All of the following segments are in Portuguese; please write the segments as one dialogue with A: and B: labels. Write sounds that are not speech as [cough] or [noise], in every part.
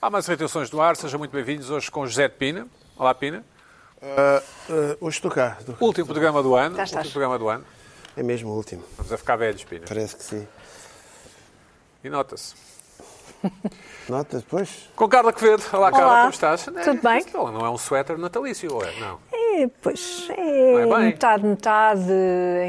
A: Há mais retenções do ar, sejam muito bem-vindos hoje com José de Pina. Olá, Pina.
B: Uh, uh, hoje estou cá. estou cá.
A: Último programa do ano.
C: Cá estás.
A: Último programa do ano.
B: É mesmo o último.
A: Vamos a ficar velhos, Pina.
B: Parece que sim.
A: E nota-se.
B: Nota depois?
A: Com Carla Quevedo. Olá, Carla,
C: Olá.
A: como estás?
C: Tudo
A: Não é-
C: bem?
A: isto Não não é um suéter natalício, ou é? Não.
C: É, pois, é,
A: Vai bem. É,
C: metade, metade,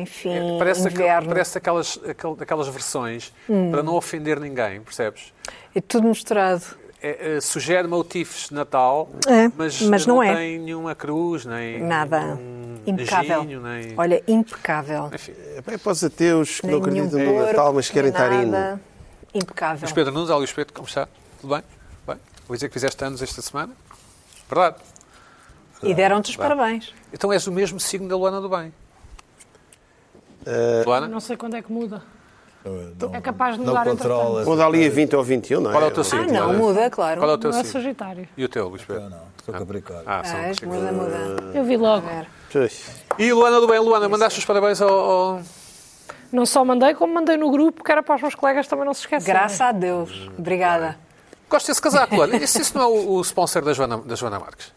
C: enfim,
A: Parece, aquel-
C: É inverno. Hum.
A: parece aquelas, aquel- aquelas versões para não ofender ninguém, percebes?
C: É tudo mostrado.
A: É, é, sugere motifs de Natal,
C: É,
A: mas,
C: mas
A: não,
C: não é.
A: tem nenhuma cruz, nem
C: Nada.
A: nenhum
C: impecável.
A: anjinho, nem...
C: Olha, impecável.
A: Enfim.
B: É bem para os ateus que não
C: Nem nenhum
B: acreditam no
C: porco,
B: Natal, mas querem
C: nem
B: estar indo.
C: nada. Impecável.
A: Luís Pedro Nunes, olá Luís Pedro, como está? Tudo bem? Bem? Vou dizer que fizeste anos esta semana? Verdade.
C: E deram-te os parabéns.
A: Então és o mesmo signo da Luana do Bem. Luana,
B: Eh,
D: Não sei quando é que muda.
E: Não,
B: Então,
D: É capaz de
E: não
D: mudar,
E: controla.
B: Ou dali a 20 ou 20 não é?
A: qual é o teu signo?
C: Ah, não,
A: Luana?
C: muda, claro.
A: Qual é o teu
D: Não é
A: signo?
D: Sagitário.
A: E o teu, Luís
E: Eu
A: Pedro?
E: não, sou Capricórnio.
A: Ah, são
C: Mas
A: signos.
C: muda, muda.
D: Eu vi logo.
B: Pois.
D: é?
A: E Luana do Bem, Luana, mandaste os parabéns ao- ao...
D: Não só mandei, como mandei no grupo, que era para os meus colegas também não se esquecerem.
C: Graças a Deus. Obrigada.
A: Gosto desse casaco, olha. Esse, esse não é o, o sponsor da Joana, da Joana Marques?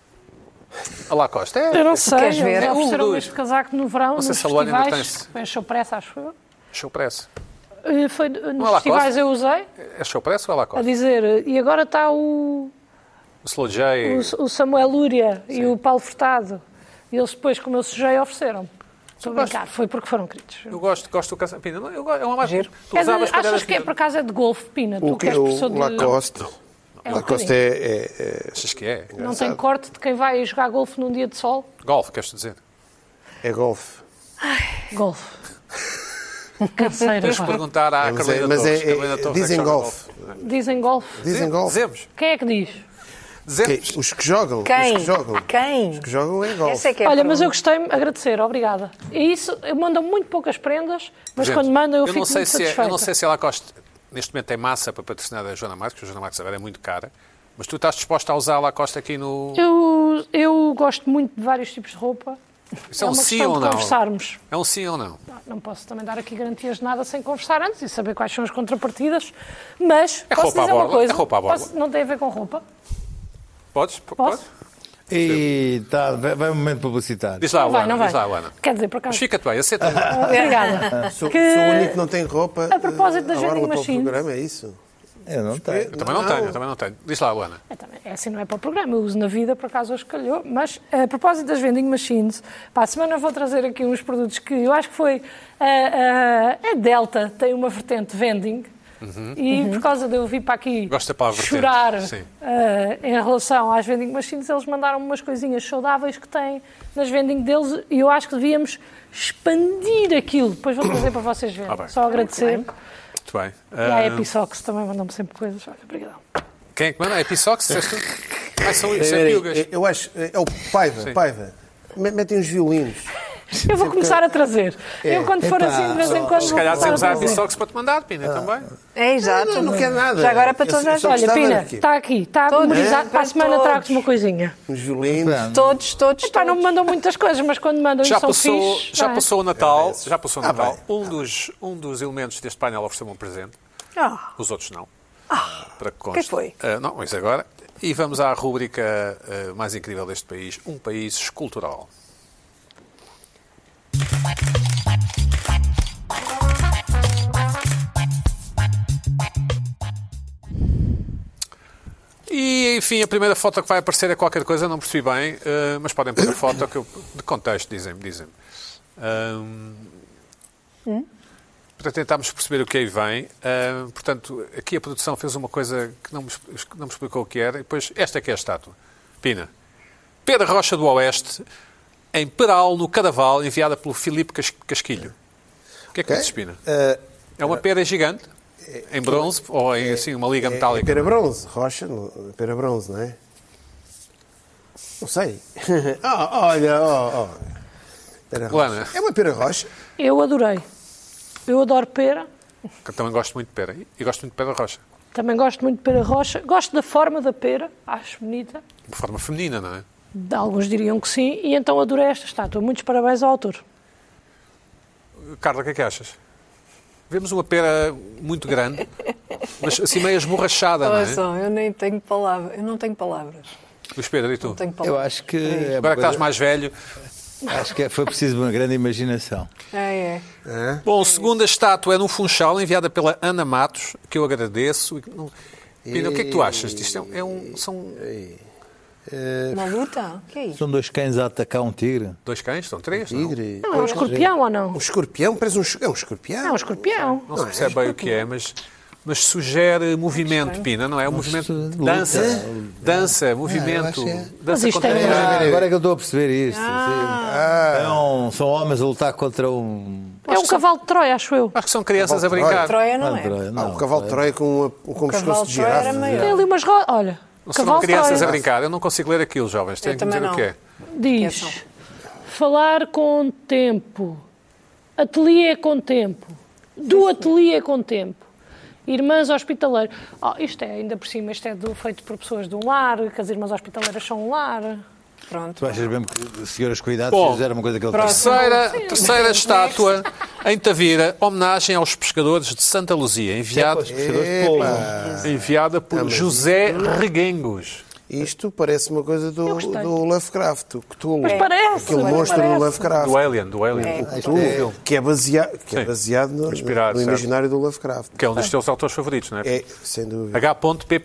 A: Olá, Costa. É,
D: Eu não sei.
C: Queres ver?
D: eles
A: É um,
D: Ofereceram-me
A: dois.
D: este casaco no verão,
A: sei
D: nos
A: se a Luana ainda
D: festivais.
A: tem-se.
D: Foi a Chopressa, acho eu.
A: Show press.
D: Eh, Foi, nos
A: há lá
D: festivais
A: Costa?
D: eu usei,
A: É show press ou é lá
D: a
A: Costa?
D: dizer, eh, e agora está o,
A: O Slow J.
D: o- o Samuel Lúria e o Paulo Furtado. E eles depois, como eu sujei, ofereceram-me. Estou a brincar, foi porque foram queridos.
A: Eu gosto, gosto do casaco. Pina, não, eu gosto- é uma mais...
C: Giro.
A: Tu
D: É de-
A: usavas quando
D: achas
A: eras
D: que é por
A: miúdo.
D: acaso é de golfe, Pina?
B: O
D: Tu
B: que
D: que és
B: é
D: professor
B: o
D: de...
B: Lacoste?
D: É um
B: Lacoste
D: bocadinho.
B: é, é-
A: Achas que é?
D: Não tem corte de quem vai jogar golfe num dia de sol?
A: Golfe, queres dizer?
B: é, é golfe.
D: [laughs] Golfe. Canseira,
A: Tens de
D: pá.
A: perguntar à
B: mas
A: Ah, Carolina
B: é- mas
A: Torres.
B: é-
A: Carolina
B: é-
A: Torres
B: dizem
A: que joga
B: golfe.
D: Dizem golfe.
B: Dizem golfe.
A: Dizemos.
D: Quem é que diz?
A: Dizemos.
B: Que- é Os que jogam.
C: Quem?
B: Os que jogam.
C: Quem?
B: Os que jogam é
C: Essa é
B: golfe.
C: que é a
D: Olha, mas eu
C: pergunta.
D: gostei-me, agradecer, obrigada. E isso, mandam muito poucas prendas, mas
A: Gente,
D: quando mandam eu, fico
A: não sei
D: muito
A: se é-
D: satisfeita.
A: Eu não sei se ela Costa, neste momento tem massa para patrocinar a Joana Marques, porque a Joana Marques agora é muito cara, mas tu estás disposta a usar a Costa aqui no...
D: Eu, eu gosto muito de vários tipos de roupa.
A: Isso é,
D: é
A: um
D: uma
A: sim
D: questão
A: ou
D: de
A: não?
D: conversarmos.
A: É um sim ou não?
D: Não, não posso também dar aqui garantias de nada sem conversar antes e saber quais são as contrapartidas, mas
A: É
D: posso
A: roupa à
D: dizer uma
A: borla,
D: coisa?
A: é roupa à borla.
D: Posso- não tem a ver com roupa?
A: Podes? Podes?
D: Posso?
E: E tá, vai vai um momento publicitário.
A: Diz lá,
D: não vai, não
A: Luana,
D: vai.
A: diz lá, Luana.
D: Quer dizer, por acaso.
A: Mas fica-te bem,
D: [laughs]
A: aceita.
D: Obrigada.
B: Ah, Sou,
D: Que-
B: sou o único que não tem roupa.
D: A propósito da
B: eh, à
D: Vending
B: orla para o
D: Machine.
B: programa, é isso?
E: Eu não tenho.
A: Eu também não, tenho, eu também não tenho. Diz lá, Luana.
D: É, também, é assim, não é para o programa, eu uso na vida, por acaso hoje calhou. Mas eh, a propósito das vending machines, para a semana vou trazer aqui uns produtos que eu acho que foi. A, a, a Delta tem uma vertente vending.
A: Uhum.
D: E
B: Uhum.
D: por causa de eu vir para aqui
A: Gosto da palavra vertente,
D: chorar
A: sim.
D: eh, em relação às vending machines, eles mandaram umas coisinhas saudáveis que têm nas vending deles e eu acho que devíamos expandir aquilo. Depois vou trazer para vocês verem.
A: Ah, bem.
D: Só agradecer.
A: Muito bem.
D: E à
A: Ah,
D: Episox também mandam-me sempre coisas. Olha, obrigado.
A: quem é que manda? É Episox? disseste tu? Ah, são isso, é
B: Espera aí,
A: Piugas.
B: eu- Eu acho. É o Paiva. Paiva. Me- Metem uns violinos.
D: Eu vou começar a trazer. Eu, quando for
E: Epá,
D: assim, de vez em quando.
A: É, Se
D: vou
A: calhar
D: começar
A: temos a
D: trazer.
A: Episox para te mandar, Pina,
B: Ah.
A: também.
C: É, exato.
B: Não, não quero nada.
C: Já agora para
B: Eu
C: todas
B: só-
C: as
B: só
C: horas.
D: Olha,
B: Gostava
D: Pina,
B: aqui.
D: está aqui, está
C: Todos,
D: memorizado. Para a
C: quase
D: semana
C: todos.
D: trago-te uma coisinha.
B: Uns violinos.
C: Todos, todos,
D: Epá, não me
C: todos.
D: mandam muitas coisas, mas quando mandam
A: Já
D: isso são
A: passou,
D: fixe.
A: já
D: não é?
A: passou o Natal, já passou o
B: Ah,
A: Natal.
B: bem.
A: Um dos, um dos elementos deste painel ofereceu-me um presente,
C: Ah,
A: os outros não. Para que
C: que
A: conste.
C: foi?
A: Ah, não, mas agora. E vamos à rúbrica ah, mais incrível deste país, um país escultural. E, enfim, a primeira foto que vai aparecer é qualquer coisa, não percebi bem, eh, mas podem pôr a foto que eu, de contexto, dizem-me. Dizem para tentarmos perceber o que aí vem, ah, portanto, aqui a produção fez uma coisa que não me, ex- que não me explicou o que era, e depois esta é que é a estátua. Pina. Pedra Rocha do Oeste, em Peral, no Cadaval, enviada pelo Filipe Cas- Casquilho. O que é que
B: Ok?
A: dizes, Pina?
B: Ah,
A: É uma pedra gigante, em bronze, ou em assim, uma liga
B: É- É
A: metálica?
B: pera bronze, rocha, não- pera bronze, não é? Não sei. [laughs] Ah, olha, ó, ó. Pera rocha.
A: Luana.
B: É uma pera rocha.
D: Eu adorei. Eu adoro pera.
A: Que eu também gosto muito de pera. E gosto muito de pedra rocha.
D: Também gosto muito de pera roxa. Gosto da forma da pera. Acho bonita.
A: De forma feminina, não é?
D: Alguns diriam que sim. E então adorei esta estátua. Muitos parabéns ao autor.
A: Carla, o que é que achas? Vemos uma pera muito grande, mas assim meio esborrachada, não é?
C: Ouçam, eu nem tenho palavras. Eu não tenho palavras.
A: Luís Pedro, e tu?
C: Não tenho
E: Eu
C: palavras.
E: acho que. é uma
A: Agora que estás
E: coisa-
A: mais velho.
E: Acho que foi preciso uma grande imaginação.
C: É, é.
A: Bom, segunda estátua é no Funchal, enviada pela Ana Matos, que eu agradeço. Pina, o que é que tu achas? Isto é um- é um- são
C: Uma luta? O que é isso?
E: São dois cães a atacar um tigre.
A: dois cães? São três? Não,
B: Tigre.
D: Não, é um escorpião ou não?
B: Um escorpião? Parece um, es- é um escorpião.
D: É um escorpião.
A: não se percebe bem o que é, mas, mas sugere movimento, Pina, não é? Um movimento.
E: luta. É. Ah,
A: Dança. Dança,
E: eu
A: movimento.
E: acho que é.
A: Dança
D: isto é-
A: contemporânea.
E: Ah, agora é que eu estou a perceber isto. sim. Então, são homens a lutar contra um.
D: É um cavalo de Troia, acho eu.
A: Acho que são crianças a
B: Cavalo de Troia.
A: brincar.
C: Troia não é.
E: André,
B: Ah, um cavalo de Troia com, uma, com um pescoço
C: cavalo
B: de
C: de Troia era
B: girafa.
D: Tem
C: maior.
D: ali umas rodas. Olha,
A: É. Não são
D: cavalo de
A: crianças a
D: Troia.
A: brincar. Eu não consigo ler aquilo, jovens. Tenho que me
C: também
A: dizer o que é.
C: Que é
D: Diz: falar com tempo, ateliê é com tempo, do ateliê é com tempo, irmãs hospitaleiras. Oh, isto é, ainda por cima, isto é do- feito por pessoas de um lar, que as irmãs hospitaleiras são um lar.
E: Tu
B: é?
C: Pronto.
E: achas mesmo que, senhoras, cuidado,
A: Bom,
E: fizeram uma coisa que ele
C: próximo.
A: Terceira, terceira estátua em Tavira, homenagem aos pescadores de Santa Luzia, enviado, É. enviada por José Reguengos.
B: Isto parece uma coisa do,
D: gostei.
B: do Lovecraft. O Cthulhu.
D: Mas parece,
B: Aquele
D: mas
B: monstro
D: parece.
B: do Lovecraft.
A: Do Alien, do Alien.
C: É.
B: O Cthulhu, que é baseado, que é
A: Sim.
B: baseado no,
A: Inspirado,
B: no
A: certo.
B: imaginário do Lovecraft.
A: Que é um dos teus autores favoritos, não é?
B: É, sem dúvida.
A: H.P.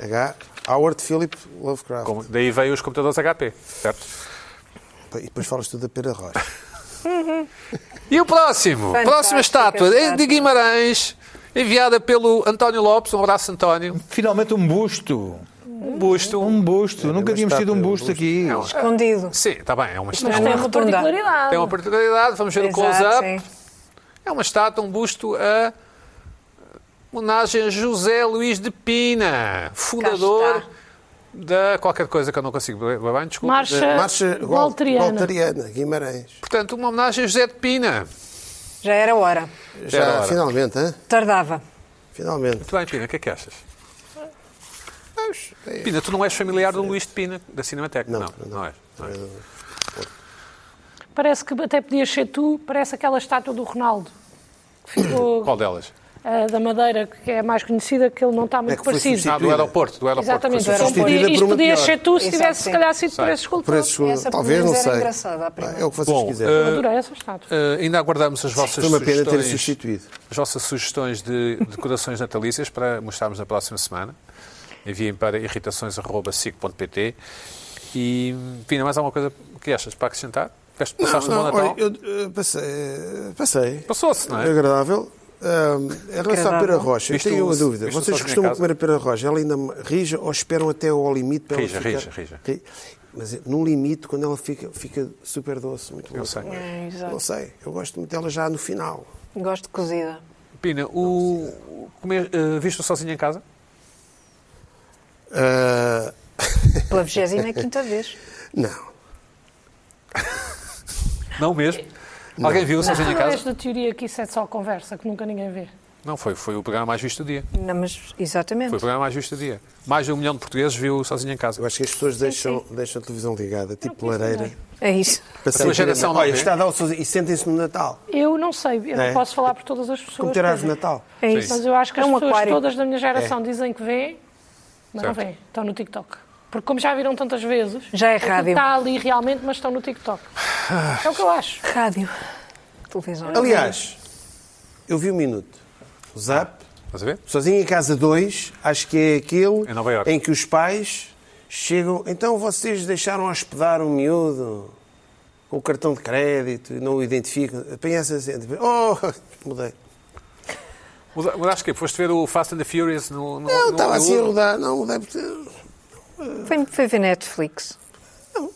B: H. Howard Philip Lovecraft.
A: Como- Daí veio os computadores HP, certo?
B: E depois falas tudo da Pera Rocha.
A: E o próximo?
C: Fantástica
A: Próxima estátua,
C: estátua.
A: de Guimarães, enviada pelo António Lopes. Um abraço, António.
E: Finalmente um busto.
A: Um busto.
E: Um busto. Nunca
B: mas
E: tínhamos
B: está
E: tido um
B: pelo
E: busto aqui.
C: Escondido.
A: Sim, está bem, é uma
D: Mas
A: estátua.
D: tem uma
C: rotunda.
D: particularidade.
A: Tem uma particularidade, vamos ver o
C: Exato,
A: close-up.
C: sim.
A: É uma estátua, um busto a homenagem a José Luís de Pina, fundador
C: está.
A: da qualquer coisa que eu não consigo ler bem, desculpa.
D: Marcha,
B: Marcha Gol-
D: Walteriana.
B: Walteriana, Guimarães.
A: Portanto, uma homenagem a José de Pina.
C: Já era hora.
A: era
B: Já,
A: hora.
B: finalmente, hein?
C: Tardava.
B: Finalmente.
A: Muito bem, Pina, o que é que achas? Pina, tu não és familiar do Luís de Pina, da Cinemateca?
B: Não,
A: não,
B: não.
A: não és. Não és.
D: Parece que até podias ser tu, parece aquela estátua do Ronaldo. que Ficou
A: Qual delas?
D: eh, da Madeira, que é a mais conhecida, que ele não está muito
B: É que foi
D: parecido.
A: Ah, do
B: Pina.
A: aeroporto, do aeroporto.
D: Exatamente,
B: foi
D: era um
B: substituída
D: podia-
B: por
D: isto
B: uma
D: podia
B: pior.
D: ser tu se
C: Exato,
D: tivesse, se
C: sim.
D: calhar, sido por
A: Sei.
D: esse
B: Por
D: escultor.
B: esses,
C: Essa, pelo
B: talvez,
C: menos,
B: não
C: era
B: sei.
C: engraçada, a primeira.
B: É o que vocês
A: Bom,
B: quiserem.
D: Eu adorei essa estátua.
A: Eh, ainda aguardamos as vossas
B: Foi uma pena ter
A: sugestões.
B: substituído.
A: as vossas sugestões de decorações natalícias para mostrarmos na próxima semana. Enviem para irritações.sic.pt e Pina, mais alguma coisa que achas para acrescentar? Peste- Passaste um bom Natal?
B: olha, eu, eh, passei. eh, Passei.
A: Passou-se, não
B: É
A: é?
B: agradável. Ahm, em relação à
C: Agradável.
B: pera rocha, eu
A: Viste
B: tenho
A: o-
B: uma dúvida.
A: viste o
B: Vocês
A: sozinho em
B: costumam
A: casa?
B: comer a pera rocha, ela ainda rija ou esperam até ao limite para
A: Rija,
B: ela ficar...
A: rija, rija.
B: Ri- Mas eh, no limite, quando ela fica, fica super doce, muito
A: Eu
B: boa.
A: sei.
C: É,
B: Não
C: exato.
B: sei, eu gosto muito dela já no final.
C: Gosto de cozida.
A: Pina, o, o comer, eh, viste sozinho em casa?
B: Ah,
C: Pela 25 vez.
B: não.
A: Não mesmo? Alguém viu sozinho em
D: Tu és
A: casa?
D: da teoria que isso é só conversa, que nunca ninguém vê.
A: Não, foi, foi o programa mais visto do dia.
C: Não, mas
A: Foi
C: exatamente.
A: o programa mais visto do dia. Mais de um milhão de portugueses viu sozinho em casa.
B: Eu acho que as pessoas deixam, deixam a televisão ligada, tipo lareira.
C: É isso.
B: Para
A: tua
B: sentirem-
A: geração não é?
B: Olha,
A: vê.
B: está a dar o sozinho e sentem-se no Natal.
D: Eu não sei, eu
B: É.
D: não posso falar por todas as pessoas.
B: Como ter
D: quer
B: árvore de
D: dizer,
B: Natal.
C: É
A: Sim.
C: isso.
D: Mas eu acho que
C: É
D: as
C: um
D: pessoas
C: aquário.
D: todas da minha geração
B: É.
D: dizem que vêem, mas não
A: Certo.
D: vêem. Estão no TikTok. Porque como já viram tantas vezes...
C: Já é
D: aquilo
C: rádio.
D: Está ali realmente, mas estão no TikTok. É o que eu acho.
C: Rádio. Televisão.
B: Aliás, eu vi um minuto. O Zap.
A: Estás a ver?
B: Sozinho em Casa 2, acho que é aquele
A: Em Nova Iorque.
B: que os pais chegam. Então vocês deixaram hospedar um miúdo com o cartão de crédito e não o identificam. Apanha essa gente. Oh, mudei.
A: Muda- Mudaste o quê? Foste ver o Fast and the Furious no... no
B: Não,
A: no-
B: estava
A: no-
B: assim a rodar. Não, mudei porque.
C: Foi, foi ver Netflix.
E: um-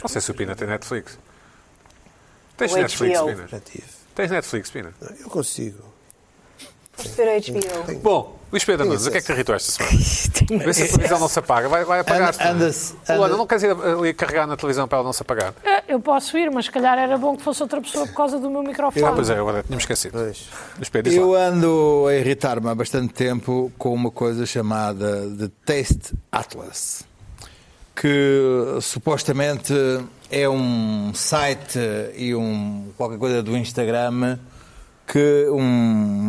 A: Não sei se o Pina tem Netflix. Tens
C: O
A: Netflix,
C: HBO.
A: Pina?
B: Já tive.
A: Tens Netflix, Pina?
B: Não, Eu consigo.
C: Foste ver HBO.
A: Bom, Luís Pedro Nunes, o que é que te irritou esta
C: [laughs]
A: semana? Vê se a televisão não se apaga. Vai, vai apagar-se.
E: Anda- anda-se- anda-
A: Luana, não queres ir ali carregar na televisão para ela não se apagar?
D: É, Eu posso ir, mas se calhar era bom que fosse outra pessoa por causa do meu microfone.
A: Ah, pois é, agora tinha-me esquecido.
B: Pois.
A: Luís Pedro, diz
E: Eu
A: lá.
E: ando a irritar-me há bastante tempo com uma coisa chamada The Taste Atlas, que supostamente é um site e um qualquer coisa do Instagram que um-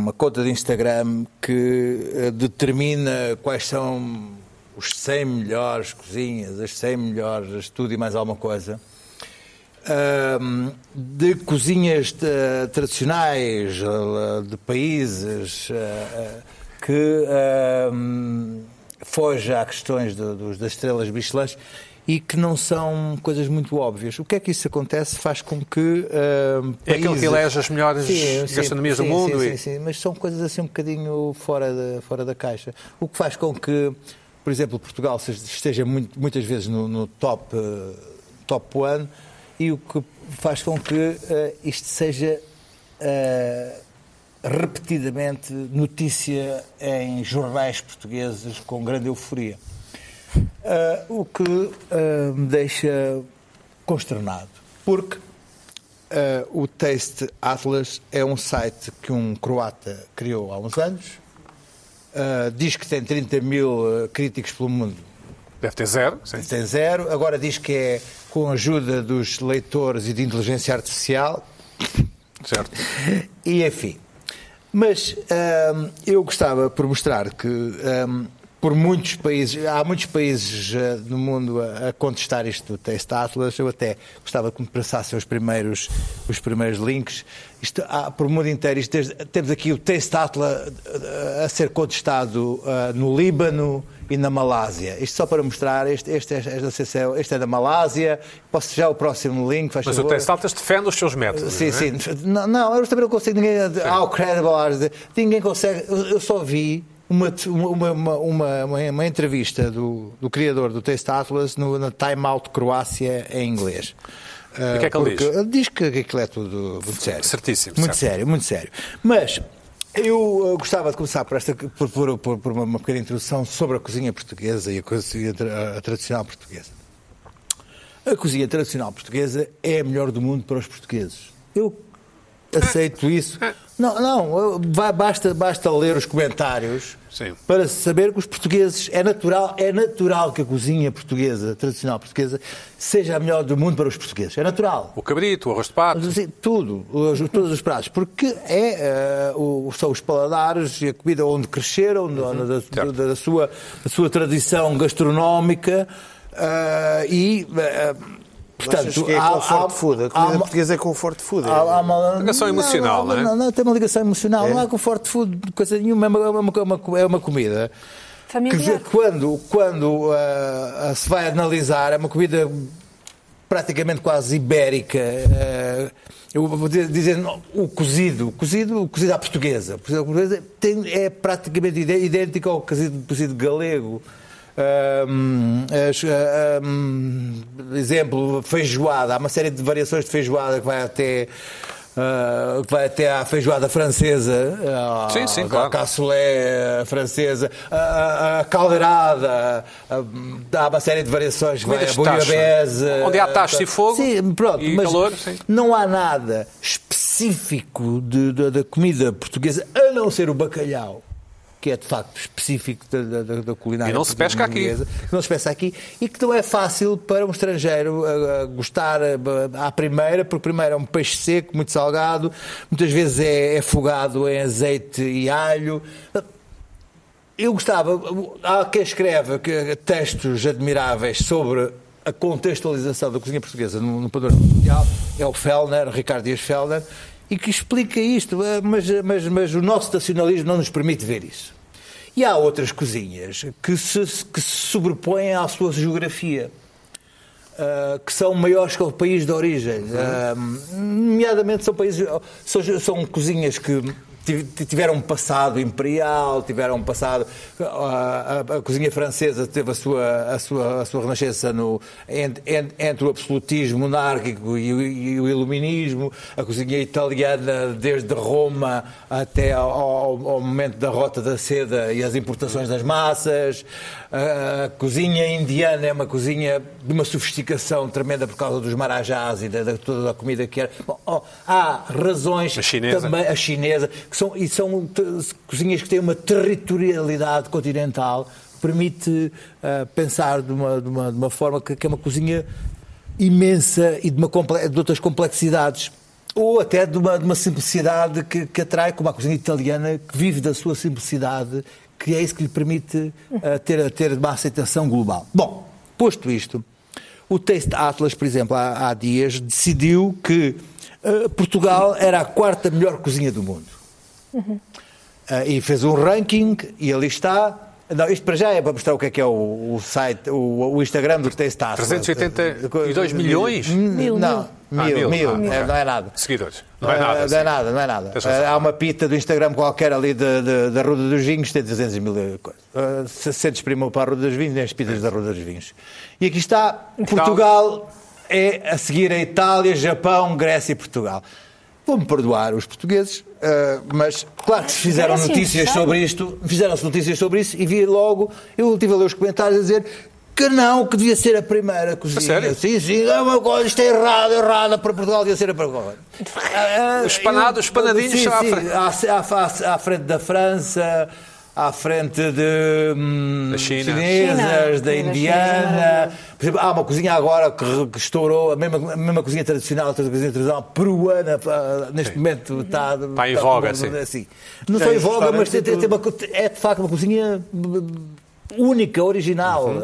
E: uma conta de Instagram que eh, determina quais são os 100 melhores cozinhas, as 100 melhores, as tudo e mais alguma coisa. Ahm, de cozinhas eh, tradicionais, eh, de países eh, eh, que ahm, foge a questões do- dos- das estrelas Michelin e que não são coisas muito óbvias. O que é que isso acontece? Faz com que ahm,
A: É aquele que
E: países-
A: elege as melhores
E: Sim, sim,
A: gastronomias do
E: sim,
A: mundo.
E: Sim,
A: e-
E: sim, sim, mas são coisas assim um bocadinho fora da, fora da caixa. O que faz com que, por exemplo, Portugal se- esteja muito- muitas vezes no, no top, eh, top one e o que faz com que eh, isto seja eh, repetidamente notícia em jornais portugueses com grande euforia. Ah, o que ah, me deixa consternado, porque ah, o Taste Atlas é um site que um croata criou há uns anos, Ah, diz que tem 30 mil ah, críticos pelo mundo,
A: Deve ter zero. sim.
E: tem zero, agora diz que é com a ajuda dos leitores e de inteligência artificial,
A: Certo.
E: e enfim. Mas hum, eu gostava por mostrar que hum, por muitos países, há muitos países eh, no mundo a, a contestar isto do Taste Atlas, eu até gostava que me passassem os primeiros, os primeiros links. Isto, há, por mundo inteiro, isto desde- temos aqui o Taste Atlas eh, a ser contestado eh, no Líbano e na Malásia. Isto só para mostrar, este, este, é- este, é- este, é- este é da Malásia, posso já o próximo link, faz
A: Mas o
E: favor.
A: Tess Altas defende os seus métodos. não
E: Sim,
A: é?
E: sim. Não, não, eu também não consigo. Ninguém, how credible are they? Ninguém consegue. Eu, eu só vi uma, uma, uma, uma, uma- uma entrevista do, do criador do Taste Atlas no, na Time Out Croácia em inglês.
A: E o que é que ele
E: Porque
A: diz?
E: Ele diz que aquilo é tudo muito sério.
A: Certíssimo,
E: Muito
A: certo.
E: sério, muito sério. Mas eu eh, gostava de começar por, esta, por, por, por- por uma, uma pequena introdução sobre a cozinha portuguesa e a cozinha tra- a tradicional portuguesa. A cozinha tradicional portuguesa é a melhor do mundo para os portugueses. Eu aceito isso. Não, não, eu- vai- basta, basta ler os comentários
A: Sim.
E: para se saber que os portugueses é natural, é natural que a cozinha portuguesa, tradicional portuguesa, seja a melhor do mundo para os portugueses. É natural.
A: O cabrito, o arroz de pato.
E: Sim, assim, tudo, os- todos os pratos, porque é, eh, o- são os paladares e a comida onde cresceram, onde- onde da-
A: Uhum. Certo.
E: da, da sua, da sua tradição gastronómica eh, e, eh, portanto,
B: Portanto, é
E: há,
B: conforto food. A comida
E: há-
B: portuguesa é conforto food.
E: há- há uma-
A: Ligação
E: não,
A: emocional,
E: não,
A: não é?
E: não, não, tem uma ligação emocional,
B: É.
E: não há conforto food, coisa nenhuma, é uma, é uma- é uma- é uma comida. Que de-
C: Familiar.
E: quando quando ah, ah, se vai analisar, é uma comida praticamente quase ibérica. ah, eu vou dizer- dizer não, o cozido, o cozido, o cozido à portuguesa. O cozido à portuguesa tem- é praticamente idê- idêntico ao cozido, cozido galego. Ah, hum, as- ah, hum, exemplo, feijoada. Há uma série de variações de feijoada que vai até. ah, que vai até à feijoada francesa, ah,
A: Sim, sim,
E: à
A: claro.
E: cassoulet ah, francesa, a, a, a caldeirada, ah, há uma série de variações que vai é
A: Comidas
E: a
A: de tacho.
E: boiabesa.
A: Onde há tacho e fogo
E: Sim, pronto,
A: e
E: mas
A: calor, sim.
E: não há nada específico de- da- da comida portuguesa a não ser o bacalhau. Que é de facto específico da, da- da- da culinária.
A: E não se pesca aqui.
E: portuguesa, Que não se pesca aqui e que não é fácil para um estrangeiro ah, ah, gostar ah, à primeira, porque primeiro é um peixe seco, muito salgado, muitas vezes é, é fogado em azeite e alho. Eu gostava, há quem escreve que- textos admiráveis sobre a contextualização da cozinha portuguesa no, no padrão mundial, é o Fellner, Ricardo Dias Fellner, e que explica isto, eh, mas, mas, mas o nosso nacionalismo não nos permite ver isso. E há outras cozinhas que se, que se sobrepõem à sua geografia. Uh, que são maiores que o país de origem. Uh, nomeadamente são países. São, são cozinhas que ti- ti- tiveram um passado imperial, tiveram um passado. uh, a, a cozinha francesa teve a sua, a sua, a sua renascença no, entre, entre- entre o absolutismo monárquico e o, e o iluminismo, a cozinha italiana desde Roma até ao, ao- ao momento da Rota da Seda e as importações das massas, a cozinha indiana é uma cozinha de uma sofisticação tremenda por causa dos marajás e da, da- toda a comida que era. Bom, ó, há razões
A: A chinesa.
E: também a chinesa, que são, e são t- cozinhas que têm uma territorialidade continental, permite ah, pensar de uma, de uma- de uma forma que, que é uma cozinha imensa e de, uma comple- de outras complexidades. Ou até de uma, de uma simplicidade que, que atrai, como a cozinha italiana, que vive da sua simplicidade, que é isso que lhe permite eh, ter, ter uma aceitação global. Bom, posto isto, o Taste Atlas, por exemplo, há, há dias, decidiu que eh, Portugal era a quarta melhor cozinha do mundo. Ah, e fez um ranking e ali está. Não, isto para já é para mostrar o que é que é o, o site, o, o Instagram do Taste Atlas.
A: 382 milhões?
E: Mil, não,
A: Ah, mil.
E: mil, mil,
A: Ah,
E: é,
A: ok.
E: não é nada.
A: Seguidores. Não é nada.
E: Não é
A: sim.
E: nada, não é nada.
A: Tens razão.
E: Eh, Há uma pita do Instagram qualquer ali de- de- da Ruda dos Vinhos, tem 200 mil coisas. Eh, Se se desprimou para a Ruda dos Vinhos, tem as pitas da Ruda dos Vinhos. E aqui está, Portugal é a seguir a Itália, Japão, Grécia e Portugal. Vão-me perdoar os portugueses, eh, mas claro que se fizeram
D: Grécia,
E: notícias
D: Itália.
E: sobre isto, fizeram-se notícias sobre isso e vi logo, eu tive a ler os comentários a dizer que não, que devia ser a primeira cozinha.
A: sério?
E: Sim, sim, é uma coisa, isto é errado, errado, para Portugal devia ser a primeira. Ah, ah,
A: Os panados,
E: eu-
A: os panadinhos
E: sim,
A: estão à
E: sim,
A: frente.
E: à, à- à- à frente da França, à frente de hum,
A: Da China.
E: chinesas,
C: China. Sim,
E: da
C: da chinesa,
E: indiana.
C: maravilhoso.
E: Por exemplo, há uma cozinha agora que, re- que estourou, a mesma, a mesma cozinha tradicional, a cozinha tradicional peruana, pá, neste momento está,
A: Está em voga,
E: está-
A: sim.
E: assim. Não
B: Tem
E: só em voga, mas tem,
B: restaurantes e
E: tem uma co- é de facto uma cozinha hum, única, original. Ah,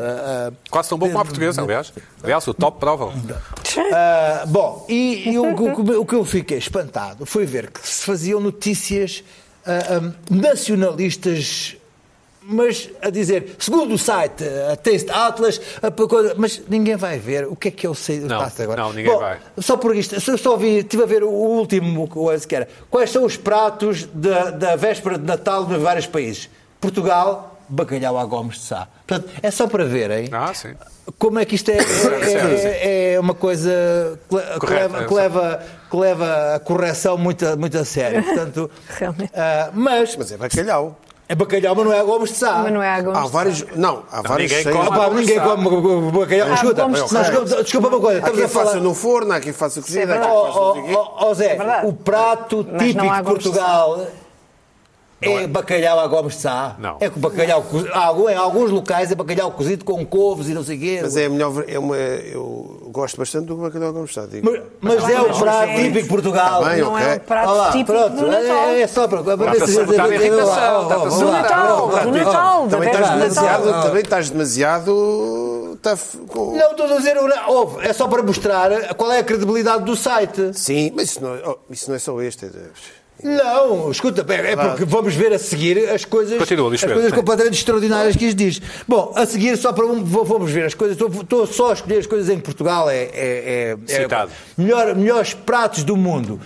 E: ah,
A: Uhum. Quase tão bom como a portuguesa, aliás. Aliás, o top prova.
E: Ah, bom, e, e o, que- o que- o que eu fiquei espantado foi ver que se faziam notícias ah, ah, nacionalistas, mas a dizer, segundo o site ah, Taste Atlas, ah, pa- coisa- mas ninguém vai ver o que é que eu sei
A: Não,
E: passa agora.
A: não, ninguém
E: Bom,
A: vai.
E: Só por isto, só, só vi, estive a ver o último coisa que era. Quais são os pratos da, da véspera de Natal de vários países? Portugal, bacalhau à Gomes de Sá. Portanto, é só para verem
A: Ah, sim.
E: como é que isto é, é- é- é uma coisa que, le- que
A: Correto,
E: leva,
A: é
E: que,
A: só.
E: leva, que leva a correção muito, a- muito a
C: [laughs]
E: sério. Portanto,
C: Realmente.
E: ah, mas,
B: Mas é bacalhau.
E: é bacalhau, mas não é a Gomes de Sá.
C: Mas não é água.
B: Há vários. Não, há vários.
A: ninguém
B: cheios-
A: come.
E: Ah, pá, ninguém come bacalhau.
C: Ah,
E: Escuta,
C: Gomes de Sá.
E: nós- desculpa- desculpa uma coisa,
B: Há
E: estamos
B: quem
E: a falar. é Oh,
B: faça é no forno, há quem faça cozida, há quem
E: Ó,
B: faça não
E: ó,
B: sei o quê.
E: ó, ó, Zé,
C: É verdade.
E: o prato
C: Mas não
E: típico
C: há Gomes
E: de
C: de
E: Portugal é bacalhau à Gomes de Sá.
A: Não.
E: É com bacalhau cozido. Em alguns locais é bacalhau cozido com couves e não sei o quê.
B: Mas é a melhor. É uma, eu gosto bastante do bacalhau como está. Digo.
E: Mas, mas é o prato típico de Portugal.
B: Tá bem,
C: Não é
B: ok.
C: um prato
E: Ah lá,
C: típico
E: pronto,
C: do Natal.
E: é, é só para. para ver
A: Está-se
E: se-
A: a botar irritação,
E: Vamos lá,
A: está-se a
E: vamos lá.
A: botar.
E: Vamos lá.
C: Do Natal, da
B: também,
C: véspera
B: estás
C: de
B: demasiado,
C: Natal.
E: Natal.
B: também estás demasiado. tough com-
E: Não, estou a dizer. Ouve, é só para mostrar qual é a credibilidade do site.
B: Sim, mas isso não, é- oh, isso não é só este. é de-
E: Não, escuta, é, é porque vamos ver a seguir as coisas,
A: Continua, Luís
E: as
A: Pedro.
E: coisas completamente extraordinárias que isto diz. Bom, a seguir, só para um, vou- vamos ver as coisas, estou, estou só a escolher as coisas em que Portugal, é, é, é- é-
A: Citado.
E: melhor, melhores pratos do mundo.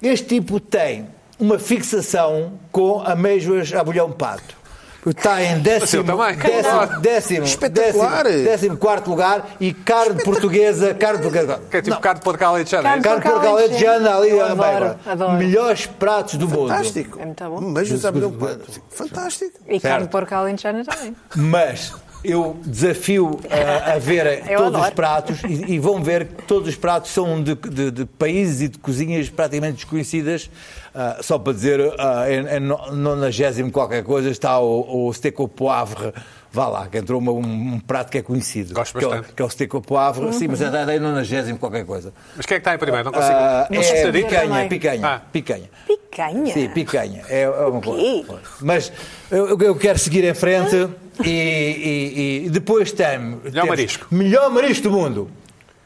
E: Este tipo tem uma fixação com amêijoas a bolhão pato. Está em décimo,
A: também.
E: décimo, décimo,
B: Espetacular.
E: décimo, décimo quarto lugar e carne portuguesa, carne portuguesa.
A: Que é tipo carne de Portugal e de Janeiro.
C: Carne-
E: Carne
C: Porco
E: porcal alentejana ali.
C: Eu
E: ah,
C: adoro,
E: bem, agora.
C: adoro.
E: Melhores pratos do mundo.
B: Fantástico.
C: É muito bom.
B: Mas o Abelhão Pato. Fantástico.
C: E carne
E: Certo.
C: de porco alentejana também.
E: Mas eu desafio ah, a verem
C: [laughs] Eu
E: todos os
C: adoro.
E: pratos e, e vão ver que todos os pratos são de, de- de países e de cozinhas praticamente desconhecidas. Ah, só para dizer, ah, em, em no- nonagésimo qualquer coisa está o, o steak au poivre. Vá lá, que entrou uma- um, um prato que é conhecido.
A: Gosto
E: que é o-
A: bastante.
E: Que é o steak au poivre. Sim, mas é em nonagésimo qualquer coisa.
A: Mas quem é que está em primeiro? Não consigo.
E: Ah,
A: não se
E: é
A: dedica.
E: picanha,
C: também.
E: picanha,
A: Ah.
E: picanha.
C: Picanha.
E: Sim, picanha. É, é uma
C: quê?
E: coisa. Mas eu, eu quero seguir em frente e, e- e depois tem, temos
A: marisco.
E: Melhor marisco do mundo.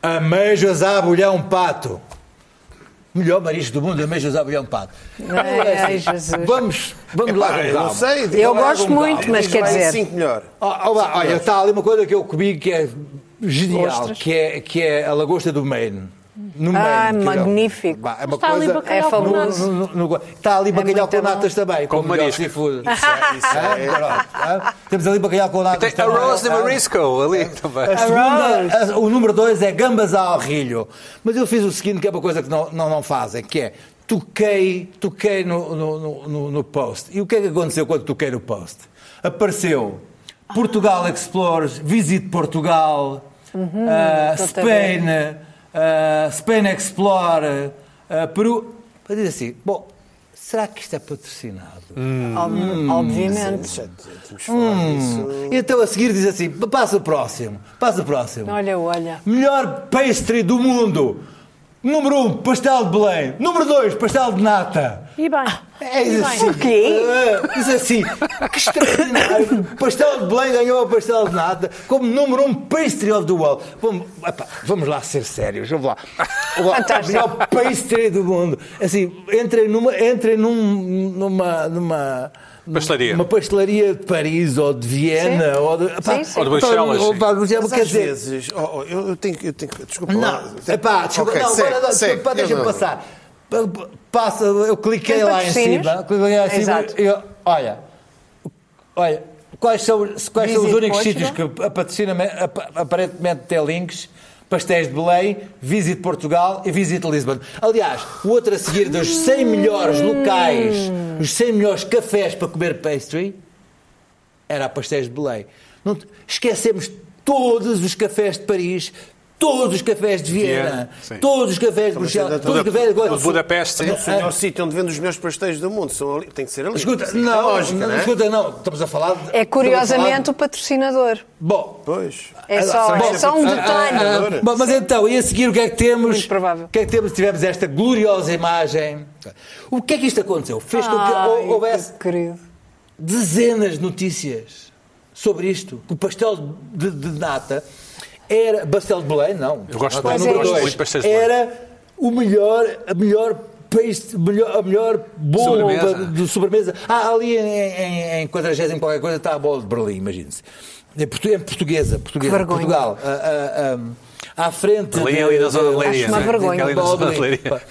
E: Ameijas à bolhão pato. Melhor marisco do mundo, ameijas à bolhão pato. Então, é assim,
C: Ai, ai, Jesus.
E: Vamos, vamos lá com
B: Pá, eu
E: calma.
B: não sei. um
C: Eu gosto muito, mas quer dizer-
B: 5 melhor.
E: Ó, ó, vá, olha, está ali uma coisa que eu comi que é genial,
C: Ostras.
E: que é, que é a lagosta do Maine. No
C: Ah,
E: Maine, que é-
C: magnífico.
E: Vá, é uma
D: Está ali
E: coisa-
D: bacalhau
C: É
D: com
C: fabuloso.
D: natas.
E: no- no- no- Está ali bacalhau
C: muito
E: com natas também.
A: Com
E: o melhor
A: marisco. é,
E: seafood. Ah, [laughs] pronto, ah. Temos ali bacalhau com natas
A: Tem a
E: também.
A: Rose de
E: Ah.
A: Marisco ali também.
E: A segunda- a- o número dois é gambas ao rilho. Mas eu fiz o seguinte, que é uma coisa que não, não, não fazem, que é toquei, toquei no, no, no- no, no post. E o que é que aconteceu quando toquei no post? Apareceu Portugal Explores, Visite Portugal, ah,
C: tô-te a
E: Spain, ah, Spain Explore, ah, Peru. Eu disse assim, bom, será que isto é patrocinado?
C: Ob- Obviamente.
B: Já tínhamos
E: Hum,
B: falado disso.
E: Então a seguir diz assim, passa o próximo, passa o próximo.
C: Olha, olha.
E: Melhor pastry do mundo. Número 1, um, pastel de Belém. Número 2, pastel de nata.
D: E bem.
E: É
D: e
E: isso
D: bem.
E: assim.
C: Porquê?
E: Ah, Diz assim,
C: [laughs]
E: que extraordinário. pastel de Belém ganhou o pastel de nata como número 1 um pastry of the world. Vamos, epá, vamos lá ser sérios, vamos lá. O
C: Fantástico.
E: melhor pastry do mundo. Assim, entrem numa, entrem num- numa, numa...
A: Pastelaria.
E: Uma pastelaria de Paris ou de Viena
C: Sim.
E: ou de, epá, então,
C: Sim, sim.
A: Ou de Bruxelas,
E: ou-
A: sim.
E: pá, Bruxelas,
B: Mas
E: quer
B: às
E: dizer,
B: vezes, oh, oh, eu, eu tenho que. eu tenho que- Desculpa. lá.
E: não, epá, desculpa,
B: Ok,
E: não,
B: segue,
E: agora,
B: segue.
E: desculpa, deixa-me
B: Eu não-
E: passar. Pa- pa- Passa, eu cliquei
C: Tem
E: lá em
C: patrocínios?
E: cima, cliquei lá em cima,
C: Exato.
E: e eu, olha, olha, quais são, os- quais são os
C: Visit
E: únicos
C: Portugal?
E: sítios que a patrocina ap- aparentemente tem links? Pastéis de Belém, Visit Portugal e Visit Lisbon. Aliás, o outro a seguir dos 100 melhores locais,
C: Hum.
E: os 100 melhores cafés para comer pastry, era a pastéis de Belém. Não te- esquecemos todos os cafés de Paris, todos os cafés de Viena,
A: Viena, sim.
E: todos os cafés de Bruxelas, todos os cafés de
A: O de Budapeste.
B: O melhor sítio onde vende os melhores pastéis do mundo são ali. Tem que ser ali.
E: Ah. Escuta,
B: Sim, é
E: não,
B: lógica,
E: não,
B: não é?
E: escuta, não, estamos a falar. de-
C: É curiosamente
E: estamos a
C: o patrocinador.
E: falar de- Bom,
B: Pois.
C: É só,
E: Bom,
C: é só um
E: ah, ah,
C: detalhe.
E: ah, bom, mas então, e a seguir o que é que temos?
C: Muito provável.
E: O que é que temos? Tivemos esta gloriosa imagem. O que é que isto aconteceu? Fez com que
C: Ai,
E: hou- houvesse
C: que querido.
E: dezenas de notícias sobre isto. O pastel de, de nata era. Pastel de Belém, não.
A: Eu gosto
E: Nata
A: muito,
E: número
C: gosto
E: dois.
A: muito de pastéis de Belém.
E: Era o melhor. A melhor paste- melhor- a melhor bolo
A: Sobremesa.
E: da- de sobremesa. Ah, ali em, em, em 40 qualquer coisa está a bola de Berlim, imagine-se. Em portu- em portuguesa, portuguesa
C: vergonha.
E: Portugal. Ah, ah, ah, à frente.
A: Ali,
E: de-
A: é ali na zona de Leiria, é?
C: Acho uma né? vergonha.
A: Ali na
E: Bola de
A: zona de
E: Berlim.
A: Leiria.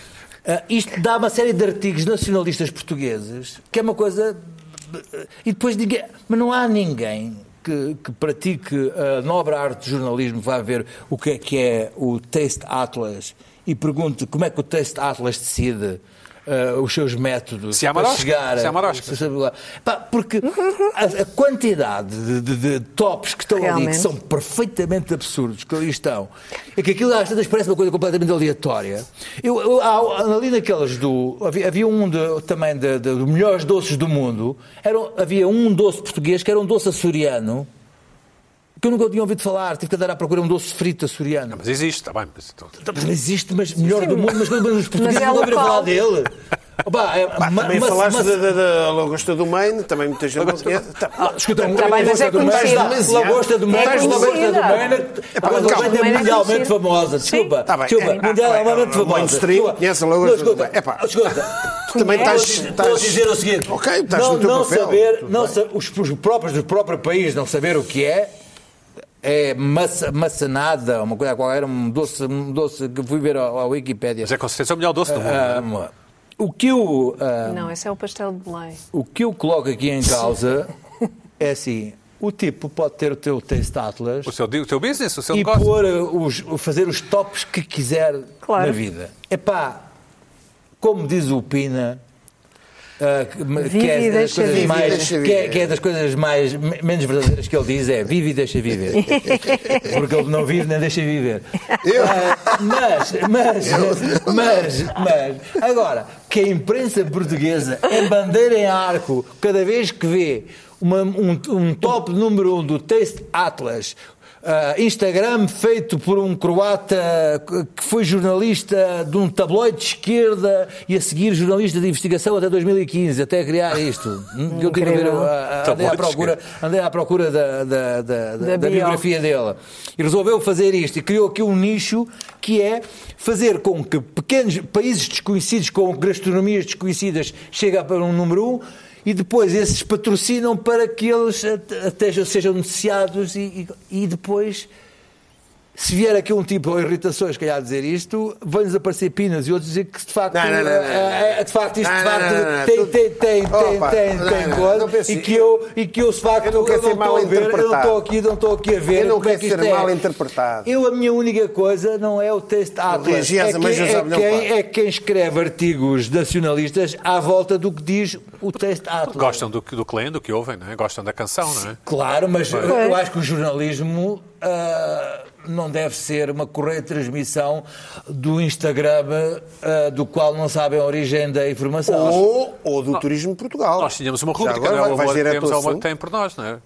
E: Ah, isto dá uma série de artigos nacionalistas portugueses, que é uma coisa. E depois ninguém. Mas não há ninguém que, que pratique a nobre arte de jornalismo, vá ver o que é que é o Taste Atlas e pergunte como é que o Taste Atlas decide. ah, os seus métodos
A: Se há
E: para
A: marosca,
E: chegar
A: se
E: a,
A: há marosca.
E: sabe lá. Pá, porque a, a quantidade de, de- de tops que estão ali que
C: Realmente.
E: são perfeitamente absurdos que ali estão é que aquilo às tantas parece uma coisa completamente aleatória eu, eu- há- ali naqueles do havia, havia um de- também de- de- dos melhores doces do mundo era, havia um doce português que era um doce açoriano que eu nunca tinha ouvido falar tive que andar à procura de um doce frito açoriano
A: Mas existe, está bem. Mas, então,
E: mas existe, mas melhor do mundo, mas, mas os portugueses
C: é
E: não ouviram
C: local.
E: falar dele. Opa, é, ma-
B: Também
E: ma-
B: falaste
E: ma-
B: da, da, da lagosta do Maine, também muita gente não conhece. Tá,
E: Ah, Escuta,
C: Tá bem, mas é conhecida.
E: Lagosta do Meira,
C: É
E: lagosta do
C: conhecida.
E: Meira. A lagosta do
C: calma.
E: Meira é mundialmente
C: Conhecida.
E: famosa, desculpa.
B: Tá bem,
E: Desculpa,
B: é,
E: mundialmente
B: é, é,
E: famosa.
B: mainstream,
E: desculpa.
B: conhece a lagosta
E: Não, escuta,
B: do Meira. Epá. [laughs]
E: Escuta.
B: Também
E: Vou
B: estás.
E: dizer-
B: estás-
E: Vou dizer o seguinte.
B: Ok, estás
E: não,
B: no teu
E: não
B: papel.
E: saber,
B: Tudo
E: não
B: bem.
E: sa- os, os próprios do próprio país não saber o que é. É maça, maçanada, uma coisa qualquer, era um doce, um doce que fui ver ao- à Wikipédia.
A: mas é com certeza o melhor doce do mundo.
E: Ah, o que eu ah,
C: Não, esse é o pastel de Belém.
E: o que eu coloco aqui em
C: [laughs]
E: causa é assim: o tipo pode ter o teu taste atlas
A: o, seu, o seu business, o seu
E: Ah. e
A: negócio.
E: pôr uh, os, fazer os tops que quiser
C: Claro.
E: na vida. Epá, como diz o Pina. uh, que- me- que,
C: Vive
E: é
C: e
E: das
C: deixa
E: coisas
C: viver.
E: mais,
B: Deixa
E: que, é,
B: viver.
E: que é das coisas mais me- menos verdadeiras que ele diz é vive e
C: [laughs]
E: deixa viver porque ele não vive nem deixa viver Ah, mas mas mas mas agora que a imprensa portuguesa é bandeira em arco cada vez que vê uma- um, um top número um do Taste Atlas ah, Instagram feito por um croata que foi jornalista de um tabloide de esquerda e a seguir jornalista de investigação até 2015, até criar isto. Hum, Eu tive a ver,
C: Incrível.
E: ah, ah, andei à
A: Tabloide de
E: procura, andei à procura da, da, da- da-
C: Da
E: da
C: bio.
E: biografia dele. E resolveu fazer isto e criou aqui um nicho que é fazer com que pequenos países desconhecidos, com gastronomias desconhecidas, cheguem para um número um e depois esses patrocinam para que eles até- até sejam noticiados e, e, e depois. Se vier aqui um tipo ou irritações, se calhar, dizer isto, vão-nos aparecer pinas e outros dizer que de facto,
B: Não, não, não, não, não.
E: eh, eh, de facto isto
B: Não,
E: de
B: não,
E: facto
B: não, não, não.
E: tem,
B: Tudo-
E: tem, tem, tem,
B: Opa,
E: tem,
B: não,
E: tem
B: não,
E: coisa
B: não penso-
E: e que eu, e que eu de facto
B: Eu não quero ser
E: estou a ver, eu não estou
B: mal
E: aqui, não estou aqui a ver.
B: Eu não
E: como é
B: quero
E: que
B: ser
E: isto é.
B: mal interpretado.
E: Eu, a minha única coisa não é o texto atlas.
B: reagi às
E: É quem,
B: ameijas
E: é,
B: ao milhão
E: quem,
B: par.
E: é quem escreve artigos nacionalistas à volta do que diz o texto atlas.
A: Gostam do, que- do que leem, do que ouvem, não é? Gostam da canção, não é?
E: Claro, mas eu- eu acho que o jornalismo ah, não deve ser uma correta transmissão do Instagram ah, do qual não sabem a origem da informação.
B: Ou, ou do Turismo de Portugal.
A: Então, Nós tínhamos uma
B: Já
A: rubrica,
B: agora
A: não é?
B: vai-
A: O
B: vais
A: amor que
B: direto
A: temos
B: ao
A: ao amor que
B: assunto.
A: tem por nós, não é?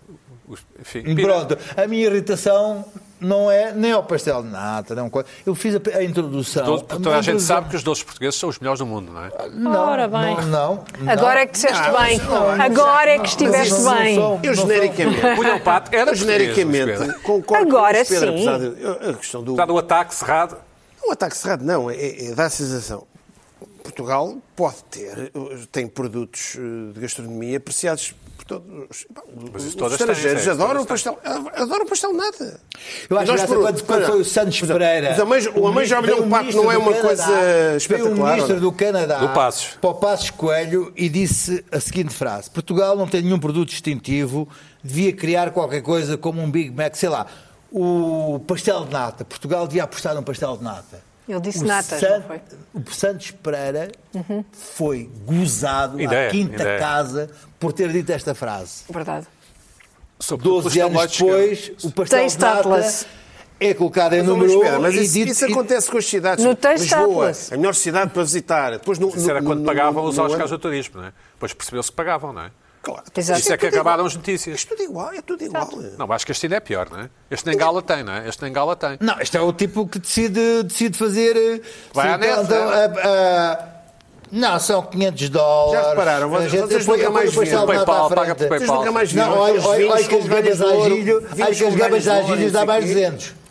A: Os- Enfim, Pina,
E: Pronto, a minha irritação não é nem ao pastel de nata, não. é uma coisa- Eu fiz a, a introdução.
A: Doce- porque toda Então, a gente
E: introdução-
A: sabe que os doces portugueses são os melhores do mundo, não é?
E: Não,
D: Ora bem.
E: Não, não, não.
C: Agora é que disseste bem. Agora é que estiveste
E: não
C: bem.
E: são.
B: Eu genericamente.
A: Colhão pato era
B: Eu
A: português, Luís
B: genericamente
A: Pedro. Tá
B: concordo
C: Agora
B: com o Luís Pedro,
C: sim.
B: apesar de- eu- a questão do.
A: Está no ataque cerrado.
B: O ataque cerrado não, é, é- dá a sensação. Portugal pode ter, tem produtos eh, de gastronomia apreciados por todos.
A: Mas isso
B: Os
A: todas
B: estrangeiros
A: têm, sim,
B: adoram
A: todas
B: pastel, adoram pastel de nata.
E: Eu acho
B: Nós,
E: que
B: por-
E: quando, quando foi o Santos
B: por exemplo,
E: Pereira.
B: os ameijo- o ameijo
E: ministro-
B: abelhão
E: veio um
B: pato
E: ministro
B: não é
E: do
B: uma
E: Canadá,
B: coisa
E: Veio
B: espetacular,
E: o ministro
B: ou
E: do Canadá
A: Do Passos.
E: para o Passos Coelho e disse a seguinte frase: Portugal não tem nenhum produto distintivo, devia criar qualquer coisa como um Big Mac, sei lá, o pastel de nata. Portugal devia apostar num pastel de nata.
C: Ele disse
E: O
C: natas,
E: San-
C: não foi? Uhum.
E: O Santos Pereira foi gozado
A: Ideia,
E: à quinta
A: ideia.
E: casa por ter dito esta frase.
C: Verdade.
A: Sobretudo
E: 12
A: pelos tabloides
E: anos
A: que-
E: depois, o pastel
C: Tens
E: de nata
C: Atlas.
E: é colocado em
B: Mas,
E: número
B: mas
E: 1
B: espera, mas
E: e
B: isso,
E: dito-
B: isso
E: e-
B: acontece com as cidades.
C: No texto
B: Lisboa,
C: Atlas.
B: a melhor cidade para visitar. Depois no,
A: Isso era
B: no-
A: quando
B: no-
A: pagavam
B: no-
A: os
B: no
A: Oscars
B: ano-
A: do turismo, não é? Depois percebeu-se que pagavam, não é?
B: Claro.
C: Exato.
A: Isso é que
B: tudo
A: acabaram
B: igual.
A: as notícias.
B: Isto é tudo igual, é tudo igual.
A: Não, acho que este ainda é pior, não é? Este nem gala tem, não é? Este nem gala tem.
E: Não, este é o tipo que decide, decide fazer. eh,
A: Vai
E: se
A: à net,
E: então,
A: né?
E: a- a- não, são 500 dólares.
B: Já repararam,
E: A
B: vocês
E: eu
B: nunca
E: ponho- eu
B: mais
E: ponho o pastel
A: viram.
E: de nata à
A: PayPal, paga
E: frente.
A: por
B: Vocês nunca mais viram.
E: Não, olha,
B: aqueles
E: olha,
B: vinhos
E: olha que
B: com
E: as gambas
B: galhas de
E: a
B: ouro,
E: gilho,
B: vinhos
E: olha que
B: com
E: as gambas
B: galhas
E: a
B: de ouro,
E: gilho dá
B: não
E: mais
B: sei quê.
E: 200.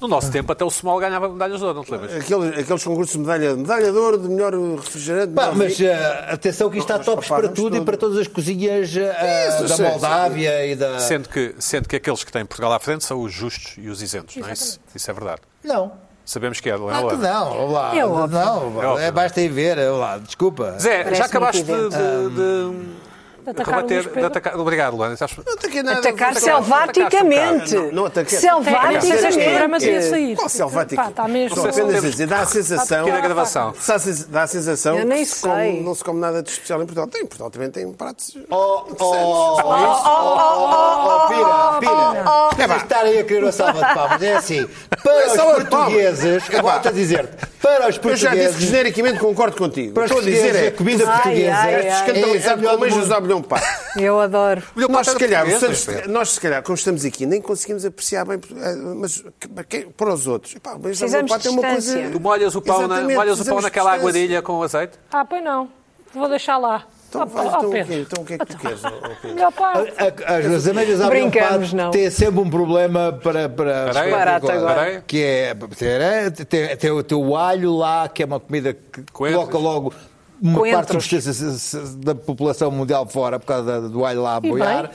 A: No nosso tempo até o small ganhava medalhas de ouro, não te lembras?
B: Aqueles, aqueles concursos de medalha, medalha de ouro, de melhor refrigerante.
E: Pá,
B: melhor
E: mas
B: vinho.
E: eh, atenção que isto há
B: Nós
E: tops para
B: papávamos
E: tudo e
B: tudo.
E: para todas as cozinhas eh,
B: Isso,
E: da
B: sim,
E: Moldávia e da.
A: Sendo que, sendo que aqueles que têm Portugal à frente são os justos e os isentos, não é? Isso, isso é verdade.
E: Não.
A: Sabemos que é, não é?
E: Ah, que
A: Helena?
E: não, olá.
C: É óbvio.
E: não,
A: É óbvio.
E: é, basta ir ver, olá, desculpa.
A: Zé, já
C: Parece-me
A: acabaste de,
C: evidente.
A: de- de
D: Atacar o Luís
A: rebater, de
D: Pedro.
A: atacar. Obrigado, Luana. Estás-
B: Não ataquei nada.
C: Atacar
B: Atacaste-
C: selvaticamente.
B: Não, não ataquei.
D: Até
B: Atacaste-
D: este programa
C: Selvaticamente.
D: tem a sair.
B: Qual selvático?
D: Pá, está mesmo.
B: Só
A: sei se
B: apenas
A: temos-
B: a dizer, dá a sensação.
A: Pequena gravação.
B: Dá a sen- Dá a sensação
C: Eu nem
B: que se come-
C: sei.
B: não se come nada de especial em Portugal. Tem, Portugal também tem pratos
E: Oh, oh,
B: é
E: oh,
B: interessantes.
E: oh, pira, pira. Vocês estarem a querer uma salva de palmas. É assim,
B: é
E: para os
B: salva de palmas.
E: portugueses, eu
B: Epá.
E: volto a dizer-te,
B: Eu já
E: para os
B: disse que
E: portugueses,
B: genericamente concordo contigo.
E: para os
B: Estou a dizer
E: portugueses, a
B: é.
E: comida
C: Ai,
E: portuguesa
C: ai,
E: é
C: ai.
B: Escandalizado
E: melhor
B: pelo
E: do
B: mesmo
E: mundo.
B: José Abelhão Pato.
E: [laughs]
C: Eu adoro.
B: Nós, se
A: Pato era
B: calhar,
A: português,
B: sabes-
A: Luís
E: é.
A: Pedro.
B: nós, se calhar, como estamos aqui, nem conseguimos apreciar bem, eh, mas que- para quem- para os outros, epá, o Benjamin
C: Precisamos
B: Pato é uma
C: de
B: coisa-
C: distância.
A: Tu molhas o pão, na,
B: Exatamente,
A: molhas o pão
B: precisamos
A: naquela
B: de distância.
A: aguadilha com azeite?
D: Ah, pois não. Vou deixar lá.
B: Então,
D: Ó,
B: vai,
D: ó,
B: então, o
D: Pedro.
B: quê? Então, o que é que tu queres? ó, ó, Pedro?
D: Melhor parte.
E: A- a- As as ameias abrem
C: Brincamos, não.
E: têm sempre um problema para. para
A: Areia?
C: Barato agora.
A: Areia?
E: Que é. Tem, areia, tem, tem o teu alho lá, que é uma comida que
A: Coentros.
E: coloca logo. Uma parte
C: Coentros.
E: substância se- se- eh, da população mundial fora por causa da- do alho lá a
D: E
E: boiar.
D: bem.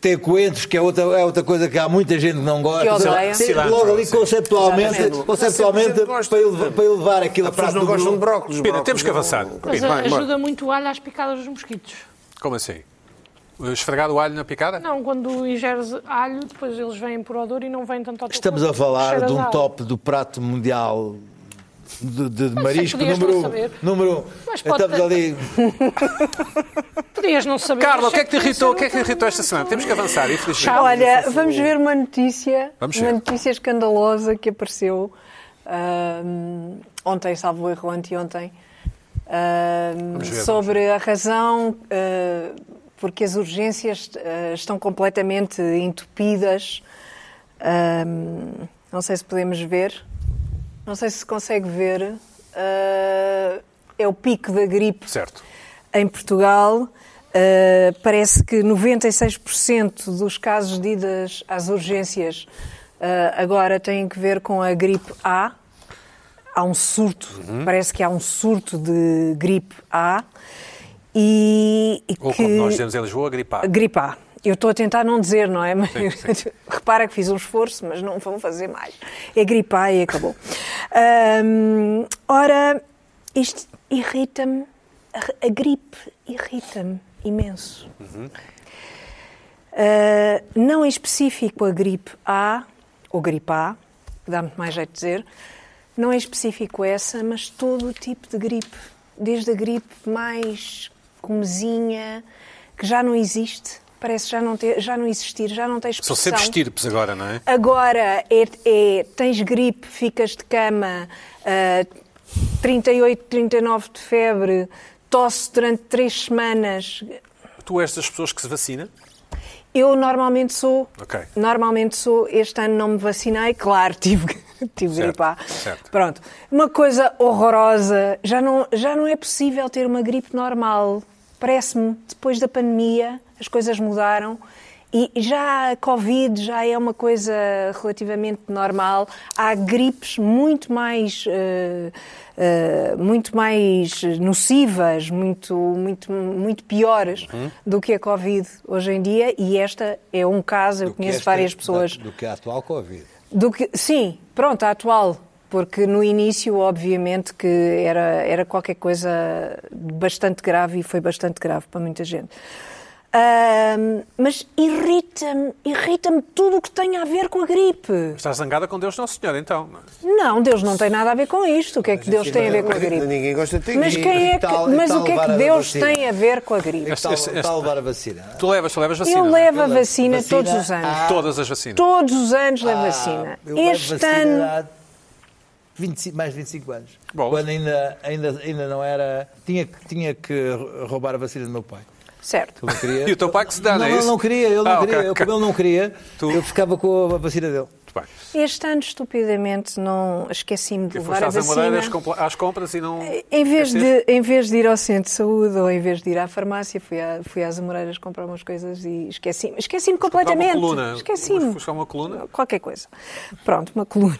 E: Tem coentros, que é outra, é outra coisa que há muita gente que não gosta.
C: Que odeia.
E: Tem
A: Cilantro,
E: logo ali
A: sim.
E: conceptualmente,
B: Exatamente. Mas
E: conceptualmente
B: sempre gosta.
E: para, elevar, para elevar aquilo a
B: As pessoas
E: prato
B: não
E: do
B: gostam de
E: Bruno.
B: brócolis.
A: Pina,
B: brócolis
A: temos que
B: não-
A: avançar.
D: Mas
A: Pina,
D: a-
A: vai, bora.
D: ajuda muito o alho às picadas dos mosquitos.
A: Como assim? Esfregar o alho na picada?
D: Não, quando ingeres alho, depois eles vêm por odor e não vêm tanto ao teu
E: Estamos
D: corpo.
E: a falar
D: Cheiras
E: de um
D: alho.
E: top do prato mundial de, de- de marisco
D: podias não
E: número um.
D: saber.
E: Número um.
D: Mas pode
E: Estamos
D: ter-
E: ali.
D: Podias não saber.
A: Carla,
D: mas
A: o que é que te
D: sei
A: irritou? O
D: podia
A: que é que te
D: ser
A: irritou
D: um
A: esta semana?
D: momento-
A: Temos que avançar, infelizmente.
D: Tchau.
C: Olha, vamos ver uma notícia,
A: Vamos
C: uma
A: ver.
C: notícia escandalosa que apareceu ahm, ontem, salvo erro, anteontem, ahm,
A: Vamos ver,
C: sobre a razão ah, porque as urgências ah, estão completamente entupidas. Ahm, não sei se podemos ver, não sei se se consegue ver. Ah, é o pico da gripe
A: Certo.
C: em Portugal. uh, parece que 96% dos casos de idas às urgências uh, agora têm que ver com a gripe A. Há um surto,
A: Uhum.
C: parece que há um surto de gripe A. E, e
A: Ou
C: que...
A: como nós dizemos em Lisboa, gripar.
C: Gripe A. Eu estou a tentar não dizer, não é? Mas, [laughs] repara que fiz um esforço, mas não vão fazer mais. É gripe A e acabou. Hum, ora, isto irrita-me. A, a gripe irrita-me imenso. Uh, não em específico a gripe A, ou gripe A, dá-me mais jeito de dizer, não é específico essa, mas todo o tipo de gripe, desde a gripe mais comezinha, que já não existe, parece já não, ter, já não existir, já não tem
A: São
C: expressão.
A: sempre estirpes agora, não é?
C: Agora é, é, tens gripe, ficas de cama, ah, 38, 39 de febre, tosse durante três semanas,
A: Tu és das pessoas que se vacina?
C: Eu normalmente sou.
A: Ok.
C: Normalmente sou. Este ano não me vacinei, claro, [laughs] tive, tive
A: Certo,
C: gripe A.
A: certo.
C: Pronto. Uma coisa horrorosa. Já não, já não é possível ter uma gripe normal. Parece-me, depois da pandemia, as coisas mudaram. E já a Covid já é uma coisa relativamente normal. Há gripes muito mais, eh, eh, muito mais nocivas, muito, muito, muito piores
E: Uhum.
C: do que a Covid hoje em dia. E esta é um caso, eu
E: Do que
C: conheço
E: esta-
C: várias pessoas.
E: da- do que a atual Covid.
C: Do que, sim, pronto, a atual. Porque no início, obviamente, que era, era qualquer coisa bastante grave e foi bastante grave para muita gente. Ahm, mas irrita-me, irrita-me tudo o que tem a ver com a gripe.
A: Está zangada com Deus Nosso Senhor, então. não é?
C: Não, Deus não tem nada a ver com isto. O que é que Deus tem a ver com a gripe?
B: Ninguém gosta de ter
C: Mas,
B: gripe.
C: quem é que,
E: tal- e
C: mas
E: tal
C: o que é que
E: levar a
C: Deus
E: vacina.
C: tem a ver com a gripe?
E: Está
A: Este- este-
E: está a Então, levar a vacina.
A: Tu levas, tu levas vacina.
C: Eu
A: não é?
C: levo a vacina,
E: Vacina
C: todos os anos.
E: há-
A: Todas as vacinas.
C: Todos os anos levo
E: Ah,
C: vacina.
E: eu levo
C: Este
E: vacina
C: ano.
E: há 25, mais de 25 anos.
A: Bolas.
E: Quando ainda, ainda, ainda não era. Tinha, que- tinha que roubar a vacina do meu pai.
C: Certo.
E: Ele não queria.
A: [laughs] E o teu pai que se dá,
E: não,
A: não é
E: ele
A: isso?
E: não queria, ele não
A: Ah, ok,
E: queria. Eu,
A: ok.
E: Como ele não queria,
A: Tu-
E: eu ficava com a vacina dele.
A: Muito bem. é
C: Este ano, estupidamente, não esqueci-me de
A: E
C: levar
A: foste
C: a
A: às Amoreiras
C: vacina.
A: compla- às compras e não.
C: Em vez,
A: Este-
C: de, em vez de ir ao centro de saúde ou em vez de ir à farmácia, fui, à- fui às Amoreiras comprar umas coisas e esqueci-me. Esqueci-me completamente.
A: Uma coluna.
C: Esqueci-me.
A: Fui buscar uma coluna.
C: Qualquer coisa. Pronto, uma coluna.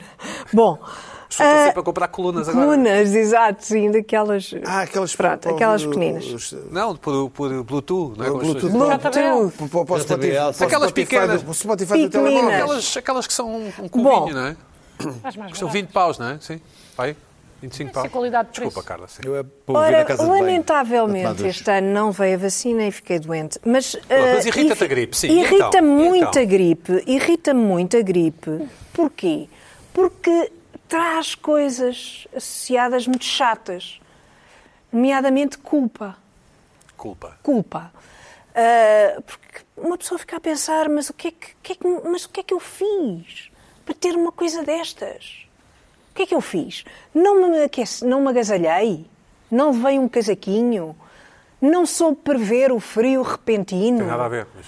C: Bom.
A: Estou
C: ah,
A: sempre a comprar colunas agora. é?
C: Colunas, exato, sim, daquelas.
B: Ah, aquelas
C: Pronto,
B: para
C: aquelas
B: ouvir
C: pequeninas.
B: os- os-
A: Não, é por, por Bluetooth, não é? Com as pessoas.
B: Bluetooth.
C: Bluetooth.
B: Para o- para o
E: JBL,
B: Spotify- para o
A: Aquelas
B: Spotify
A: pequenas.
B: do- para o Spotify do
C: Pequeninas.
B: telemóvel.
A: Aquelas, aquelas que são um, um cubinho,
C: Bom.
A: não é?
D: Faz mais
A: Custam
D: barato.
A: 20 paus, não é? Sim. Vai. 25
D: Essa
A: paus.
D: é qualidade de
A: Desculpa,
D: preço.
A: Carla. Sim.
E: Eu é para ouvir na
C: Ora,
E: casa de banho. Na
C: lamentavelmente,
E: tomada.
C: este ano não veio a vacina e fiquei doente. Mas,
A: mas
C: ah,
A: irrita-te
C: irri-
A: a gripe, sim.
C: Irrita-me
A: Então,
C: muito
A: então.
C: a gripe. Irrita-me muito a gripe. Porquê? Porque traz coisas associadas muito chatas, nomeadamente culpa
A: Culpa.
C: culpa. Ah, porque uma pessoa fica a pensar, mas o que, é que, o que é que- mas o que é que eu fiz para ter uma coisa destas? O que é que eu fiz? Não me aqueci, não me agasalhei? Não levei um casaquinho? Não soube prever o frio repentino?
A: Tem nada a ver. Mas...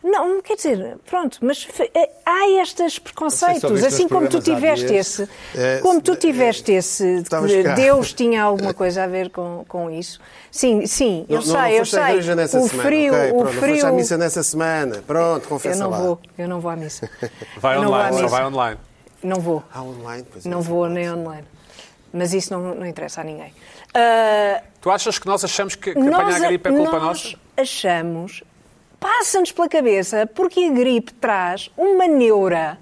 C: Não, quer dizer, pronto, mas fe- eh, há estes
E: Não sei
C: preconceitos,
E: se ouviste
C: assim
E: os
C: como tu
E: programas há
C: tiveste
E: dias.
C: esse,
B: Eh,
C: como tu
B: eh,
C: tiveste esse, de
B: estavas
C: que
B: cá.
C: Deus tinha alguma coisa a ver com, com isso. Sim, sim, eu
B: Não-
C: sei,
B: não- não
C: eu
B: foste à
C: sei.
B: igreja nessa
C: o
B: semana,
C: frio,
B: ok,
C: o
B: pronto, Não foste à missa
C: frio.
B: nessa semana. Pronto,
C: Eu
B: confessa
C: não
B: lá.
C: vou, eu não vou
B: [laughs]
C: à missa.
A: Vai
C: Eu não vou à
A: online, só
C: missa.
A: vai online.
C: Não vou.
B: Ah, online, pois é.
C: Não vou né? nem online. Mas isso não, não interessa a ninguém. Ah,
A: Tu achas que nós achamos que, que apanhar a gripe é culpa
C: nós
A: nossa?
C: achamos, passa-nos pela cabeça, porque a gripe traz uma neura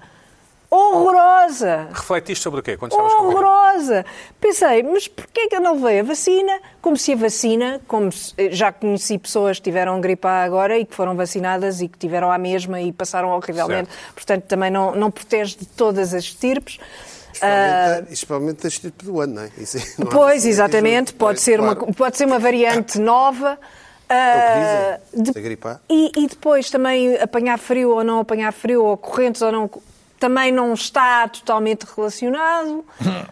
C: horrorosa.
A: Refletiste sobre o quê? Quando estavas com gripe?
C: Horrorosa! Pensei, mas porquê é que eu não levei a vacina? Como se a vacina, como se- eh, já conheci pessoas que tiveram gripe A agora e que foram vacinadas e que tiveram a mesma e passaram horrivelmente, portanto também não, não protege de todas as estirpes.
B: Especialmente, especialmente deste tipo do ano, não é? Isso aí não há
C: Ah, Pois,
B: assim,
C: exatamente,
B: tipo,
A: é
C: pode ser, uma,
B: claro. É
C: pode ser uma variante nova. ah,
B: dizem,
A: é
C: de-
B: se agripar.
C: e, e depois também apanhar frio ou não apanhar frio, ou correntes ou não. Também não está totalmente
A: [laughs]
C: relacionado.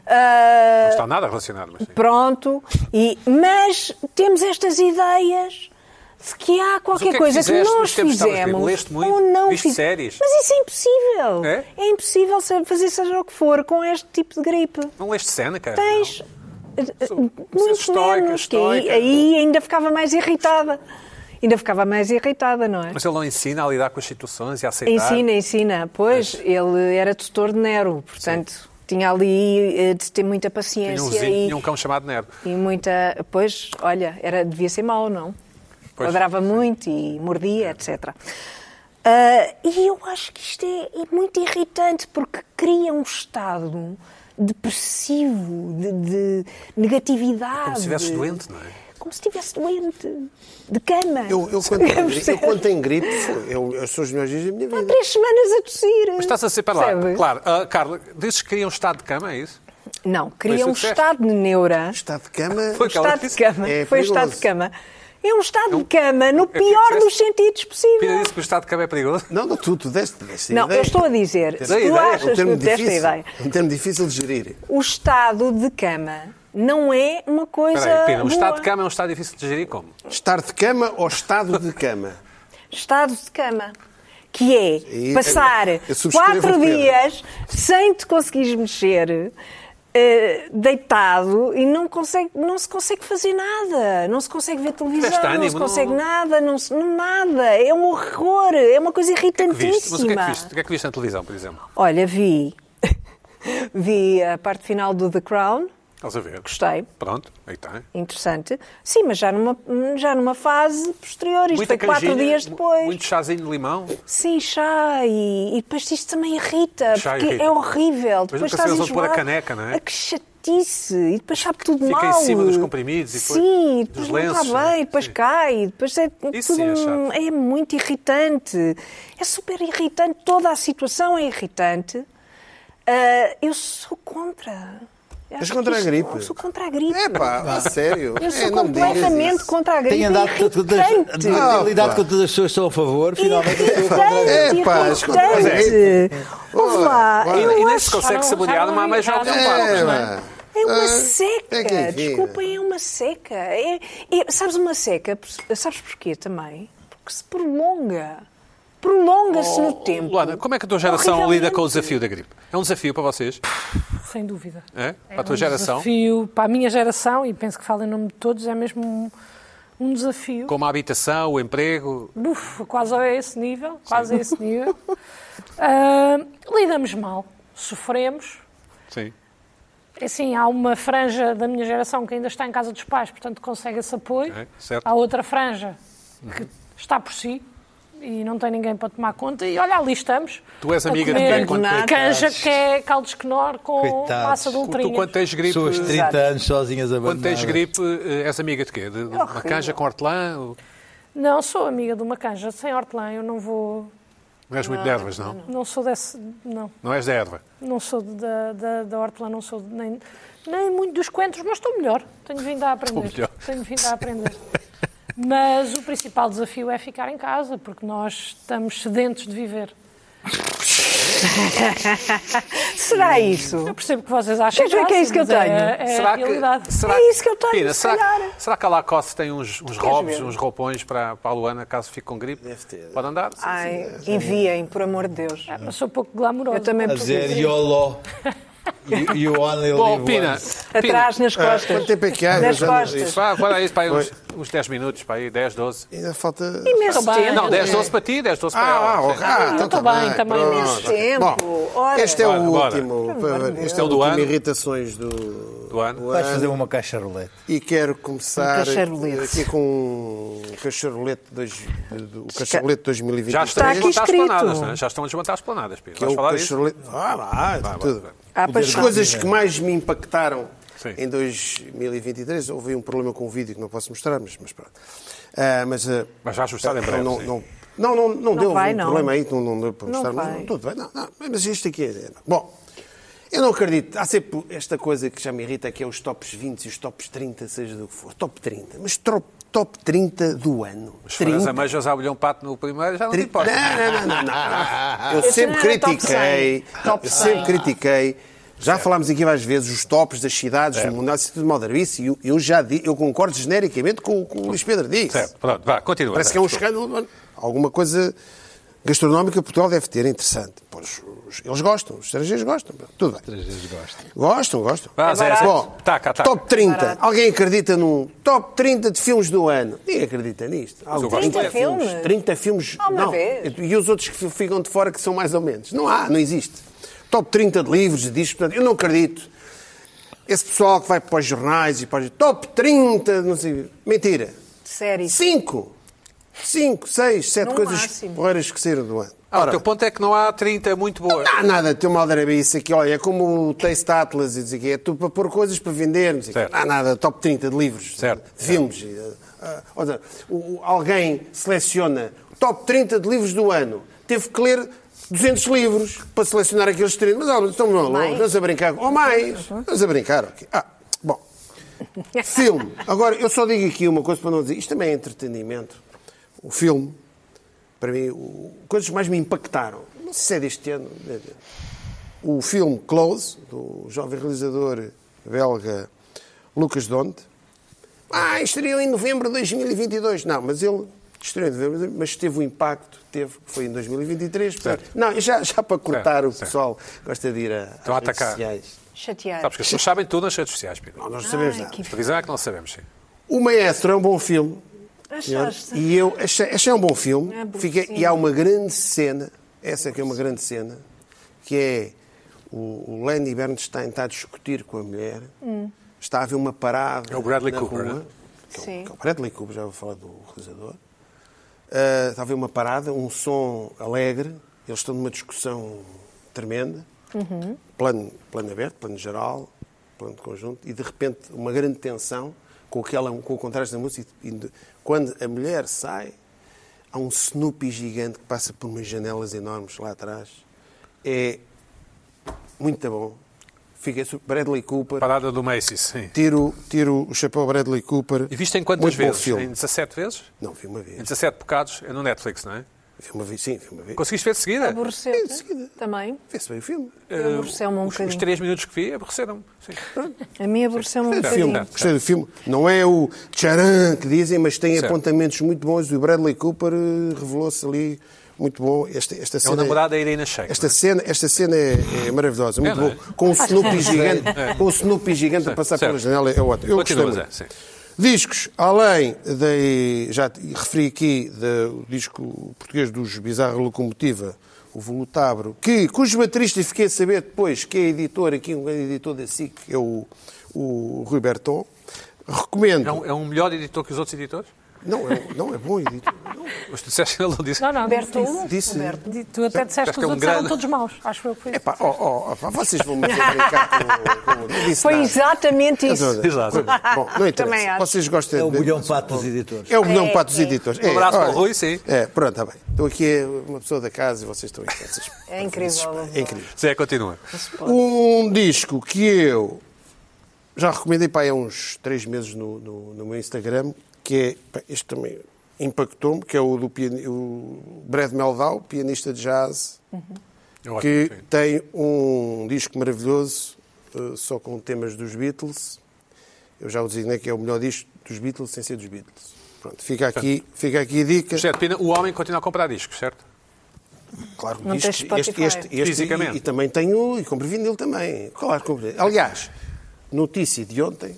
C: Ah,
A: Não está nada relacionado, mas sim.
C: pronto. E, mas temos estas ideias de que há
A: o
C: qualquer
A: que é que
C: coisa que,
A: fizeste
C: nós
A: nos tempos que estavas
C: fizemos
A: livre? Leste muito?
C: ou não
A: Viste
C: fiz-
A: séries?
C: Mas isso é impossível.
A: É?
C: impossível se- fazer seja o que for com este tipo de gripe.
A: Não leste Seneca?
C: Tens eh,
A: Sou-
C: muito
A: estoica,
C: menos, que aí,
A: estoica.
C: aí ainda ficava mais irritada. Ainda ficava mais irritada, não é?
A: Mas ele não ensina a lidar com as situações e a aceitar.
C: Ensina, ensina. Pois, ele era tutor de Nero, portanto, tinha ali eh, de ter muita
A: Tinha um,
C: paciência
A: vizinho,
C: e,
A: tinha um cão chamado Nero.
C: e muita. Pois, olha, era, devia ser mau, não?
A: Pois. É.
C: Ladrava muito e mordia, etc. Ah, e eu acho que isto é, é muito irritante porque cria um estado depressivo, de, de negatividade.
A: Como se estivesse doente, não é?
C: Como se estivesse doente, de cama.
B: Eu, eu, quando, tenho gripe- eu
C: Percebes?
B: quando tenho gripe, eu, eu sou os melhores dias da minha
C: Há
B: vida.
C: três semanas a tossir.
A: Mas estás a ser para lá.
C: percebes?
A: Claro, Ah, Carla, dizes que queria um estado de cama, é isso?
C: Não,
A: Foi
C: cria
A: isso
C: um
A: que disseste.
C: estado de neura.
B: Estado de cama.
A: Foi
C: Um
A: que ela
C: estado de
A: disse.
C: cama.
B: É
C: Foi um estado
B: perigoso.
C: de cama. É um estado de cama no
A: que
C: pior
A: disseste.
C: dos sentidos
A: Pina
C: possível.
A: disse que o estado de cama é perigoso.
B: Não, não, tu, tu deste, deste
C: Não,
B: ideia.
C: eu estou a dizer,
B: Deste
C: se
A: ideia, um
C: tu
B: um
C: achas
B: termo
C: que desta
B: difícil,
C: ideia,
B: um termo difícil de gerir.
C: o estado de cama não é uma coisa.
A: Espera aí, Pina, um
C: boa.
A: estado de cama é um estado difícil de gerir como?
B: Estar de cama ou estado de cama?
C: Estado de cama. que é
B: E-
C: passar
B: eu subscrevo
C: quatro
B: o Pedro.
C: dias sem te conseguires mexer. eh, deitado e não, consegue, não se consegue fazer nada, não se consegue ver televisão,
A: Tiveste
C: não
A: ânimo,
C: se
A: não-
C: consegue nada, não, se, não nada, é um horror, é uma coisa
A: que viste?
C: irritantíssima.
A: Mas o que é que viste? O que é que viste na televisão, por exemplo?
C: Olha, vi. [laughs] vi a parte final do The Crown,
A: Estás a ver?
C: gostei,
A: Pronto, aí está.
C: interessante. Sim, mas já numa, já numa fase posterior, isto foi quatro
A: canjinha,
C: dias
A: mu-
C: depois.
A: Muito chazinho de limão.
C: Sim, chá, e, e depois isto também irrita,
A: Chá
C: porque
A: irrita.
C: é horrível.
A: Depois
C: depois
A: nunca
C: estás
A: sabes onde pôr a
C: enjoado.
A: caneca, não é?
C: Ah, Que chatice, e depois sabe tudo
A: Fica
C: mal.
A: em cima dos comprimidos e depois
C: Sim, e
A: dos
C: depois não
A: lenços, não
C: está
A: é?
C: bem, e depois
A: Sim.
C: cai, e depois é
A: Isso
C: tudo
A: sim é
C: um- é muito irritante. É super irritante, toda a situação é irritante. Ah, eu sou contra. Eu acho
B: contra
C: que
B: a
C: isto-
B: gripe.
C: Eu sou contra a gripe.
B: É pá, a sério.
C: Eu sou
B: É, não digas
C: completamente
B: isso.
C: contra a gripe.
E: Tem
C: é
E: andado com todas,
B: [laughs]
C: irritante.
B: Ah,
E: tenho lidado
B: pá.
E: com todas as pessoas que estão a favor, finalmente. eu estou a favor.
C: Irritante,
B: É, pá, escuta, mas é.
C: irritante. Ouve lá, É
B: Ora,
C: eu
A: Ah, E nem
C: acho-
A: se consegue
D: Não,
A: saborear
D: não
A: uma
D: é
A: ameijola de um
D: errado.
A: palco,
B: É,
A: não é?
B: pá.
C: É uma
B: Ah,
C: seca.
B: é que enfim.
C: Desculpem, é uma seca. É, é- sabes uma seca? Sabes porquê também? Porque se prolonga. Prolonga-se no tempo.
A: Luana, como é que a tua geração
C: Horrivelmente.
A: lida com o desafio da gripe? É um desafio para vocês?
D: Sem dúvida.
A: É? Para a
D: um
A: tua geração?
D: desafio para a minha geração, e penso que falo em nome de todos, é mesmo um, um desafio.
A: Como a habitação, o emprego,
D: Buf, quase a esse nível, quase a esse nível. [laughs] Ah, lidamos mal, sofremos.
A: sim.
D: Assim, há uma franja da minha geração que ainda está em casa dos pais, portanto consegue esse apoio.
A: É, certo.
D: Há outra franja que está por si e não tem ninguém para tomar conta. E olha, ali estamos.
A: Tu és
D: a
A: amiga de
D: comer
A: quem quando
C: Abandonado.
D: Canja que é caldo esquenor com
E: Coitados.
D: massa de
A: Tu,
D: ultrinhas.
A: quando tens gripe,
E: Pessoas de 30
C: Exato.
E: anos sozinhas abandonadas.
A: quando tens gripe eh, és amiga de quê? De, de uma
C: horrível.
A: canja com hortelã? Ou-
D: Não, sou amiga de uma canja sem hortelã, eu não vou...
A: Não és muito de ervas, não?
D: Não sou desse... Não.
A: Não és da erva.
D: Não sou de- da, da, da hortelã, não sou de- nem, nem muito dos coentros, mas estou melhor. Tenho vindo a aprender.
A: Estou melhor.
D: Tenho vindo a aprender. Mas o principal desafio é ficar em casa, porque nós estamos sedentos de viver.
C: Será isso?
D: Eu percebo que vocês acham
C: Queres ver que é isso que eu
D: graça, mas É,
C: tenho?
D: é a realidade.
C: É isso que eu tenho, se
A: será,
C: calhar.
A: será que a Lacoste tem uns, uns robes,
C: ver?
A: uns roupões para, para a Luana, caso fique com gripe? Deve
B: ter.
A: Pode andar?
C: Ah,
A: Sim, sim.
C: Ai, enviem, por amor de Deus.
D: Eu sou pouco glamourosa.
C: Eu também
E: A
A: [laughs]
E: dizer YOLO. You, you only
A: Bom,
E: live
A: Pina,
E: once.
A: Pina
C: Atrás, nas costas.
B: Quanto tempo é que há?
C: Nas
B: Eu já não-
C: costas.
A: vá, bora aí, para aí uns, uns 10 minutos, para aí, 10, 12.
B: Ainda falta.
C: Imenso
D: Estou bem.
C: tempo.
A: Não, 10, 12 para ti, 10, 12 para
B: Ah, ah,
A: ela.
B: oh,
A: Sim.
B: ah, então
D: tá
B: tá
D: bem, também
B: pronto.
D: imenso
C: tempo,
B: Bom,
C: ora.
B: este é o
A: Bora,
B: último. Este é
A: É
B: o
A: o do
B: último
A: ano.
B: irritações do,
A: Do ano.
E: Vais fazer uma caixa rolete.
B: E quero começar
C: Um cacharolete.
B: aqui com o cacharolete, dois, o cacharolete
A: Já
B: 2023.
A: estão a
C: aqui
A: desmontar as
C: escrito.
A: planadas, não é? Já estão a desmontar as planadas, Pina.
B: que é
A: Vais
B: o
A: falar disso?
B: cacharolete. Ah, lá, tudo.
C: Ah, pois
B: As
C: não.
B: coisas que mais me impactaram
A: Sim.
B: em 2023, houve um problema com o vídeo que não posso mostrar, mas, mas pronto. Ah, mas, ah,
A: Mas vai ajustar em breve,
B: Não,
A: sim.
B: não, não, não, não deu
C: vai,
B: um
C: não.
B: problema aí, não, não deu para
C: Não
B: mostrar. mas
C: vai.
B: tudo bem, não, não, mas isto aqui é. Bom, eu não acredito. Há sempre esta coisa que já me irrita, que é os tops 20 e os tops 30, seja do que for. Top 30, mas top, top 30 do ano.
A: Se for as
B: 30.
A: ameijas a um pato no primeiro, já não te
B: Tri- Não,
A: importa.
B: não, não, não,
C: [laughs]
B: não. Eu
C: Esse
B: sempre
C: não era top
B: critiquei.
C: 100. Top
B: Eu
C: 100.
B: sempre critiquei. Já falámos aqui várias vezes os tops das cidades do mundo. Isso é tudo maldarbice. e Eu, eu já di- eu concordo genericamente com, o- com o Luís Pedro Dias.
A: Certo, pronto, vá, continua.
B: Parece
A: Zé,
B: que é um
A: desculpa.
B: escândalo. Alguma coisa gastronómica Portugal deve ter, interessante. Pois, os- eles gostam, os estrangeiros gostam. Tudo bem.
E: Eles gostam.
B: Gostam, gostam.
C: É
A: Vá, Zé, tá, Zé.
B: Bom,
A: Taca, taca.
B: top 30. Alguém acredita num top 30 de filmes do ano? Ninguém acredita nisto. Alguém.
A: gosto.
C: 30 filmes?
B: 30 filmes.
C: Ah, uma
B: não.
C: vez.
B: E os outros que fi- ficam de fora que são mais ou menos. Não há, não existe. Top 30 de livros, de discos, portanto, eu não acredito. Esse pessoal que vai para os jornais e para os... Top 30, não sei... Mentira.
C: Sério.
B: Cinco. Cinco, seis, sete
C: No
B: coisas
C: máximo.
B: porreiras que saíram do ano.
A: Ah, o teu ponto é que não há 30 muito boas.
B: Não há nada de ter uma isso aqui. Olha, é como o Taste Atlas e dizer que é tu para pôr coisas para vender. Não, sei o quê.
A: Certo.
B: não há nada. Top 30 de livros,
A: Certo.
B: de filmes. e, ah, ah, ou seja, o- o- alguém seleciona top 30 de livros do ano. Teve que ler 200 livros para selecionar aqueles 30. Mas, olha, estão malucos, estamos a brincar. Ou mais. Estamos a brincar. ok. Ah, bom. Filme. Agora, eu só digo aqui uma coisa para não dizer. Isto também é entretenimento. O filme, para mim, o, coisas que mais me impactaram. Não sei se é deste ano. é de- O filme Close, do jovem realizador belga Lucas Donte. Ah, estreou em novembro de 2022. Não, mas ele Estranho, mas teve o impacto que teve, que foi em 2023. portanto- Não, e já, já para cortar
A: Certo, Então,
B: o
A: certo.
B: pessoal que gosta de ir a, às
A: Estão a
B: redes
A: atacar.
B: sociais.
C: Chateado.
A: Sabes que as pessoas sabem tudo nas redes sociais, Pina.
B: Não, nós não sabemos
C: Ai,
B: nada.
C: que
A: A televisão é que não sabemos, sim.
B: O Maestro é um bom filme. senhores,
C: Achaste?
B: E eu achei, achei um bom filme.
C: É bom,
B: Fiquei-
C: sim.
B: e há uma grande cena, essa que é uma grande cena, que é o, o Lenny Bernstein está a discutir com a mulher,
C: Hum.
B: está a haver uma parada.
A: É o Bradley
B: na
A: Cooper,
B: rua,
A: né?
B: que, é o,
C: Sim.
B: que é o Bradley Cooper, já vou falar do realizador. Ah, está a haver uma parada, um som alegre, eles estão numa discussão tremenda, plano, plano aberto, plano geral, plano de conjunto, e de repente uma grande tensão com, aquela, com o contraste da música. E de- quando a mulher sai, há um Snoopy gigante que passa por umas janelas enormes lá atrás. É muito bom. Fica sur- Bradley Cooper.
A: Parada do Macy's, sim.
B: Tiro, tiro o chapéu ao Bradley Cooper.
A: E viste em quantas
B: muito
A: vezes?
B: Bom filme.
A: Em 17 vezes?
B: Não, vi uma vez.
A: Em 17 bocados? É no Netflix, não é?
B: Vi uma vez, sim, vi uma vez.
A: Conseguiste ver de seguida?
C: Aborreceu-te?
B: Em seguida.
C: Também.
B: Vê-se bem o filme.
A: Eh,
C: Aborreceu-me um
A: os, os
C: bocadinho.
A: 3 minutos que vi, aborreceram-me. Sim.
C: A mim aborreceu-me um
B: Gostei do filme,
C: bocadinho.
B: gostei do filme. Não é o tcharam que dizem, mas tem
A: Certo.
B: apontamentos muito bons. E o Bradley Cooper eh, revelou-se ali muito bom. Esta, esta
A: É o
B: cena,
A: namorado da Irina Shayk.
B: Esta cena, esta cena é, é maravilhosa, muito
A: não é?
B: boa. Com o Snoopy gigante, com o Snoopy gigante a
A: Certo,
B: passar
A: certo.
B: pela janela, é ótimo. Eu gostei
A: Continua,
B: muito.
A: Zé, sim.
B: Discos, além de. Já te- referi aqui da- o disco português dos Bizarro Locomotiva, o Voluntário, que, cujo baterista fiquei a saber depois que é editor aqui, um grande editor da SIC, que é o, o Rui Berton. Recomendo.
A: É um, é um melhor editor que os outros editores?
B: Não, é, não é bom editor. Não.
A: Mas tu disseste [laughs] que ele não disse.
D: Não, não,
C: Aberto
D: disse-
C: um.
B: Disse.
D: disse- Tu até disseste que
A: é
D: os
A: um
D: outros eram
A: grande-
D: todos maus. Acho que
C: É
D: foi.
B: Epá, ó, ó, ó, pá, vocês vão me fazer brincar com, com, não disse
C: Foi
B: nada.
C: exatamente isso.
A: Exato.
B: Bom, não
C: Também
B: interessa.
C: acho.
B: Vocês gostam
E: É o
B: de-
E: bolhão pato dos editores.
B: É o Bolhão
C: É,
B: Pato dos
C: é.
B: Editores.
A: Um
B: É,
A: abraço para o
B: olha,
A: Rui, sim.
B: É, pronto, está bem. Estou aqui é, uma pessoa da casa e vocês estão aí. vocês-
C: [laughs] É incrível,
B: É incrível.
A: Zé, continua.
B: Um disco que eu já recomendei pá, há uns três meses no, no, no meu Instagram, que é, pá, este também impactou-me, que é o do piani- o Brad Meldau, pianista de jazz,
A: Eu acho
B: que
A: sim.
B: tem um disco maravilhoso, eh, só com temas dos Beatles. Eu já o designei que é o melhor disco dos Beatles sem ser dos Beatles. Pronto, fica aqui, fica aqui a dica.
A: Certo, Pina, o homem continua a comprar discos, certo?
B: Claro,
C: Não
B: isto-
C: tens Spotify.
B: este, este, este-
A: Fisicamente.
B: E, e também tenho, e compro vinil também. Claro, compro. Aliás, notícia de ontem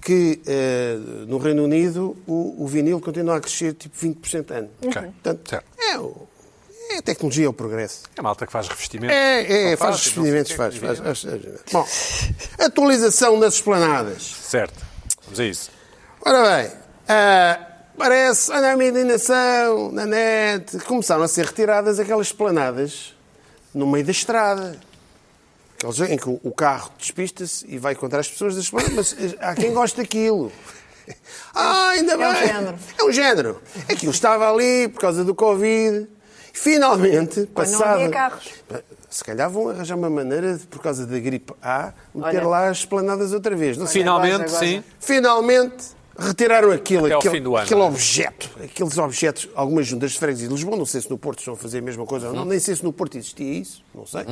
B: que eh, no Reino Unido o, o vinil continua a crescer tipo 20% ano.
A: Ok.
B: Portanto,
A: Certo.
B: é, o- é a tecnologia, é o progresso.
A: É a malta que faz revestimentos.
B: É, é,
A: Não
B: faz os
A: não sei
B: experimentos,
A: o
B: faz,
A: quê.
B: faz, faz- Bom, atualização das esplanadas.
A: Certo, vamos a isso.
B: Ora bem, ah, parece, olha a minha indignação na net. Começaram a ser retiradas aquelas planadas no meio da estrada. Aqueles em que o o carro despista-se e vai contra as pessoas da esplanada, mas eh, há quem goste daquilo. Ah, ainda bem.
C: um género.
B: É um género. Aquilo estava ali por causa do Covid. Finalmente,
C: Quando não
B: passado.
C: havia carros.
B: Se calhar vão arranjar uma maneira, de, por causa da gripe A, meter
C: Olha.
B: lá as planadas outra vez. Não sei.
A: Finalmente,
C: agora.
A: sim.
B: Finalmente retiraram aquilo,
A: Até ao
B: aquele,
A: fim do ano,
B: aquele
A: não é?
B: objeto, aqueles objetos, algumas juntas de freguesia de Lisboa, não sei se no Porto estão a fazer a mesma coisa ou não,
A: Uhum.
B: nem sei se no Porto existia isso, não sei.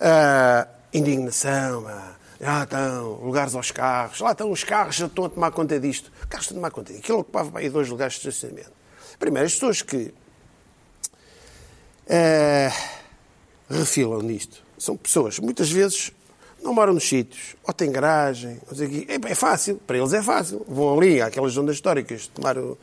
B: Ah, indignação, pá. já estão lugares aos carros, lá estão os carros, já estão a tomar conta disto. Os carros estão a tomar conta disto. Aquilo ocupava pá, aí dois lugares de estacionamento. Primeiro, as pessoas que eh, refilam nisto. São pessoas, muitas vezes, não moram nos sítios, ou têm garagem, ou sei o quê. é, é fácil, para eles é fácil. Vão ali àquelas zonas históricas, tomar o-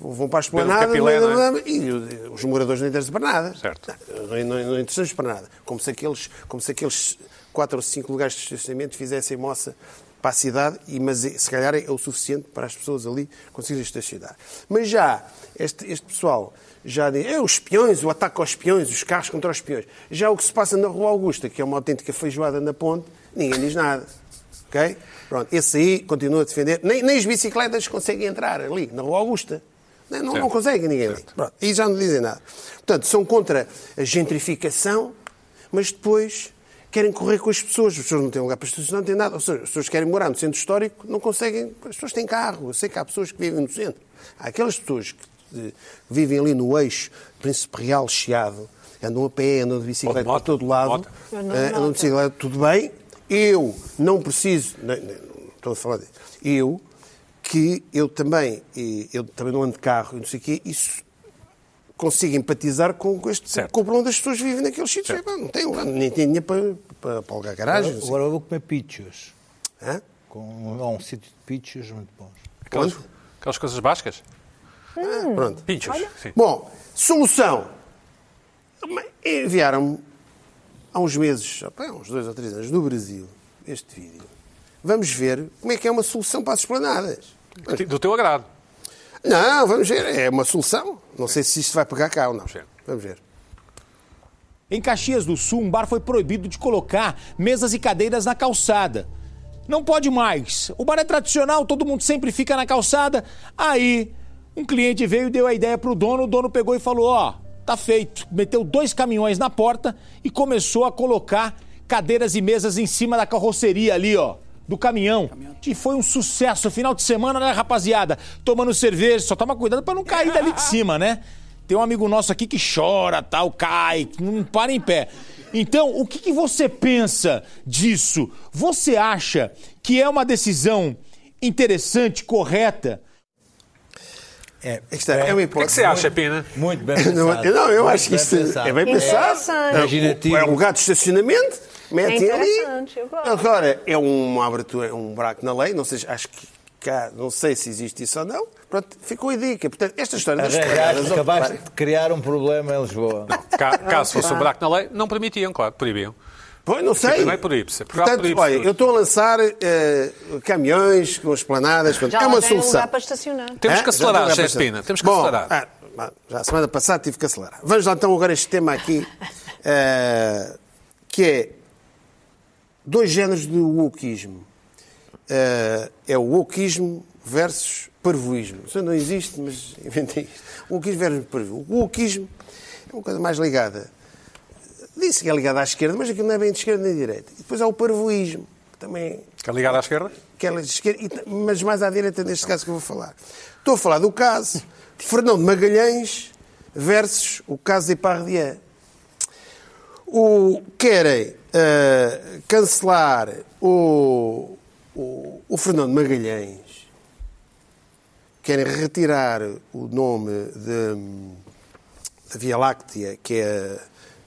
B: vão vão para a esplanada
A: capilé, não é?
B: e o- os moradores não interessam para nada.
A: Certo.
B: Não, não, não interessamos para nada. Como se, aqueles, como se aqueles quatro ou cinco lugares de estacionamento fizessem moça para a cidade, e, mas é- se calhar é o suficiente para as pessoas ali conseguirem estacionar. Mas já, este, este pessoal já diz, é os peões, o ataque aos peões, os carros contra os peões. Já o que se passa na Rua Augusta, que é uma autêntica feijoada na ponte, ninguém diz nada. Ok? Pronto, esse aí continua a defender. Nem, nem as bicicletas conseguem entrar ali, na Rua Augusta. Não, não, não
A: Certo.
B: conseguem ninguém. ali. Pronto, e já não dizem nada. Portanto, são contra a gentrificação, mas depois querem correr com as pessoas. As pessoas não têm lugar para estacionar, não têm nada. Ou seja, as pessoas querem morar no centro histórico, não conseguem. As pessoas têm carro. Eu sei que há pessoas que vivem no centro. Há aquelas pessoas que eh, vivem ali no eixo Príncipe Real Chiado, andam a pé, andam de bicicleta para
A: moto,
B: todo lado,
A: moto.
B: eh, andam de bicicleta, tudo bem. Eu não preciso. nem- nem- não Estou a falar disso. Eu que eu também, e eu também não ando de carro e não sei o quê, isso consigo empatizar com, com este
A: Certo.
B: com o problema das pessoas que vivem naqueles sítios. Epá, Não tenho, nem tenho dinheiro para, para, para alugar garagem. não sei.
E: Agora vou comer pichos.
B: Hã?
E: Com, há um sítio de pichos muito bons.
A: Aquelas, aquelas coisas bascas?
B: Ah, Pronto.
A: Pinchos. Sim.
B: Bom, solução. Enviaram-me há uns meses, há bem, uns dois ou três anos, do Brasil, este vídeo. Vamos ver como é que é uma solução para as esplanadas.
A: Do teu agrado.
B: Não, vamos ver, é uma solução. Não sei se isto vai pegar cá ou não.
A: Sim.
B: Vamos ver.
F: Em Caxias do Sul, um bar foi proibido de colocar mesas e cadeiras na calçada. Não pode mais. O bar é tradicional, todo mundo sempre fica na calçada. Aí, um cliente veio e deu a ideia pro dono, o dono pegou e falou: "Ó, tá feito". Meteu dois caminhões na porta e começou a colocar cadeiras e mesas em cima da carroceria ali, ó, do caminhão. E foi um sucesso. Final de semana, né, rapaziada? Tomando cerveja, só toma cuidado pra não cair dali de cima, né? Tem um amigo nosso aqui que chora, tal, cai, não para em pé. Então, o que, que você pensa disso? Você acha que é uma decisão interessante, correta?
E: É,
B: Aqui está, é uma
A: O que é que
B: hipótese.
A: você acha, Pina?
E: muito bem
B: [laughs] Não, é-
E: pensado.
B: não, eu
E: Muito
B: acho que
E: bem
B: isto
E: pensado.
B: é bem
C: interessante.
B: pensado. É,
E: Imaginativo.
B: É um lugar de estacionamento, metem
C: É
B: ali.
C: interessante, eu gosto.
B: Agora, é uma abertura, é um buraco na lei, não sei, acho que cá, não sei se existe isso ou não. Pronto, ficou a dica. Portanto, esta história das
E: Arranjaste,
B: esplanadas,
E: acabaste
B: opa,
E: de criar um problema em Lisboa.
A: Ca- Caso fosse um buraco na lei, não permitiam, claro, proibiam.
B: Pois, não sei.
A: Primeiro proíbe-se.
B: Portanto,
A: Proíbe-se
B: olha,
A: tudo.
B: eu estou a lançar eh, caminhões com esplanadas. Portanto,
C: Já
B: é
C: lá
B: uma
C: tem um
B: solução.
C: lugar para estacionar.
A: Temos
B: Hã?
A: que acelerar,
B: É? Já estou a
A: José
B: pensar.
A: Pina, temos que
B: Bom,
A: acelerar.
B: ah, ah, já a semana passada tive que acelerar. Vamos lá então agora a este tema aqui, eh, que é dois géneros de wokismo. Eh, é o wokismo versus parvoísmo. Isso não existe, mas [laughs] inventei isto. Wokismo versus parvoísmo. O wokismo é uma coisa mais ligada. Disse que é ligada à esquerda, mas aquilo não é bem de esquerda nem de direita. E depois há o parvoísmo, que também
A: Quer ligar à esquerda?
B: aquela de esquerda, é, e t- mas mais à direita neste caso que eu vou falar. Estou a falar do caso de Fernão de Magalhães versus o caso de Pardian. O, querem ah, cancelar o, o, o Fernão de Magalhães, querem retirar o nome de, hum, da Via Láctea, que é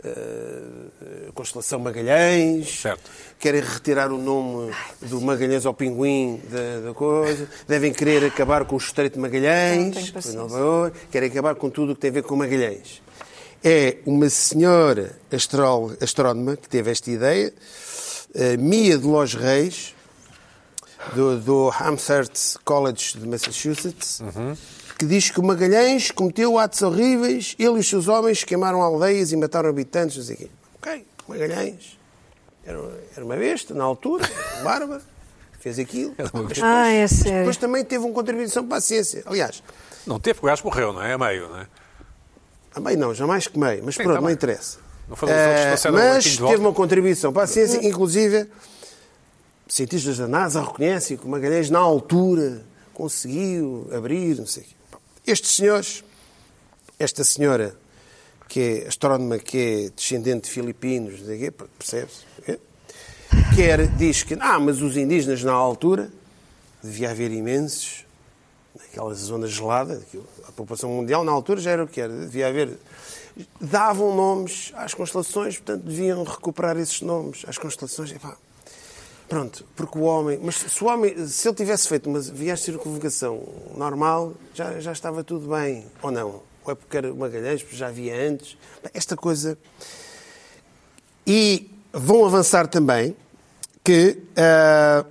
B: ah, a Constelação Magalhães,
A: Certo.
B: querem retirar o nome do Magalhães ao Pinguim da, da coisa, devem querer acabar com o Estreito de
C: Não
B: Magalhães,
C: tenho paciência.
B: Nova Iorque, querem acabar com tudo o que tem a ver com Magalhães. É uma senhora astróloga- astrónoma que teve esta ideia, eh, Mia de Los Reis, do, do Amherst College de Massachusetts, que diz que o Magalhães cometeu atos horríveis, ele e os seus homens queimaram aldeias e mataram habitantes, não sei o quê. Ok, Magalhães era, era uma besta na altura, bárbara, fez aquilo.
C: Ah, é sério.
B: Depois também teve uma contribuição para a ciência. Aliás,
A: Não teve, porque o gajo morreu, não é? A meio, não é?
B: a meio Ah, não, jamais que meio, mas
A: Sim,
B: pronto,
A: tá
B: não
A: bem.
B: interessa.
A: Não foram os outros que
B: Eh,
A: trouxeram o latim
B: mas
A: de
B: teve
A: volta? Uhum.
B: uma contribuição para a ciência, inclusive cientistas da NASA reconhecem que o Magalhães, na altura, conseguiu abrir, não sei o quê. Estes senhores, esta senhora, que é astrónoma, que é descendente de filipinos, não sei o quê, pronto, percebe-se, é? quer, diz que, ah, mas os indígenas na altura, devia haver imensos, naquela zona gelada, que a população mundial na altura já era o que era, devia haver. Davam nomes às constelações, portanto deviam recuperar esses nomes às constelações. Epá, pronto, porque o homem. Mas se, o homem, se ele tivesse feito uma viagem de circunvogação normal, já, já estava tudo bem, ou não? Ou é porque era Magalhães, porque já havia antes. Esta coisa e vão avançar também que ah,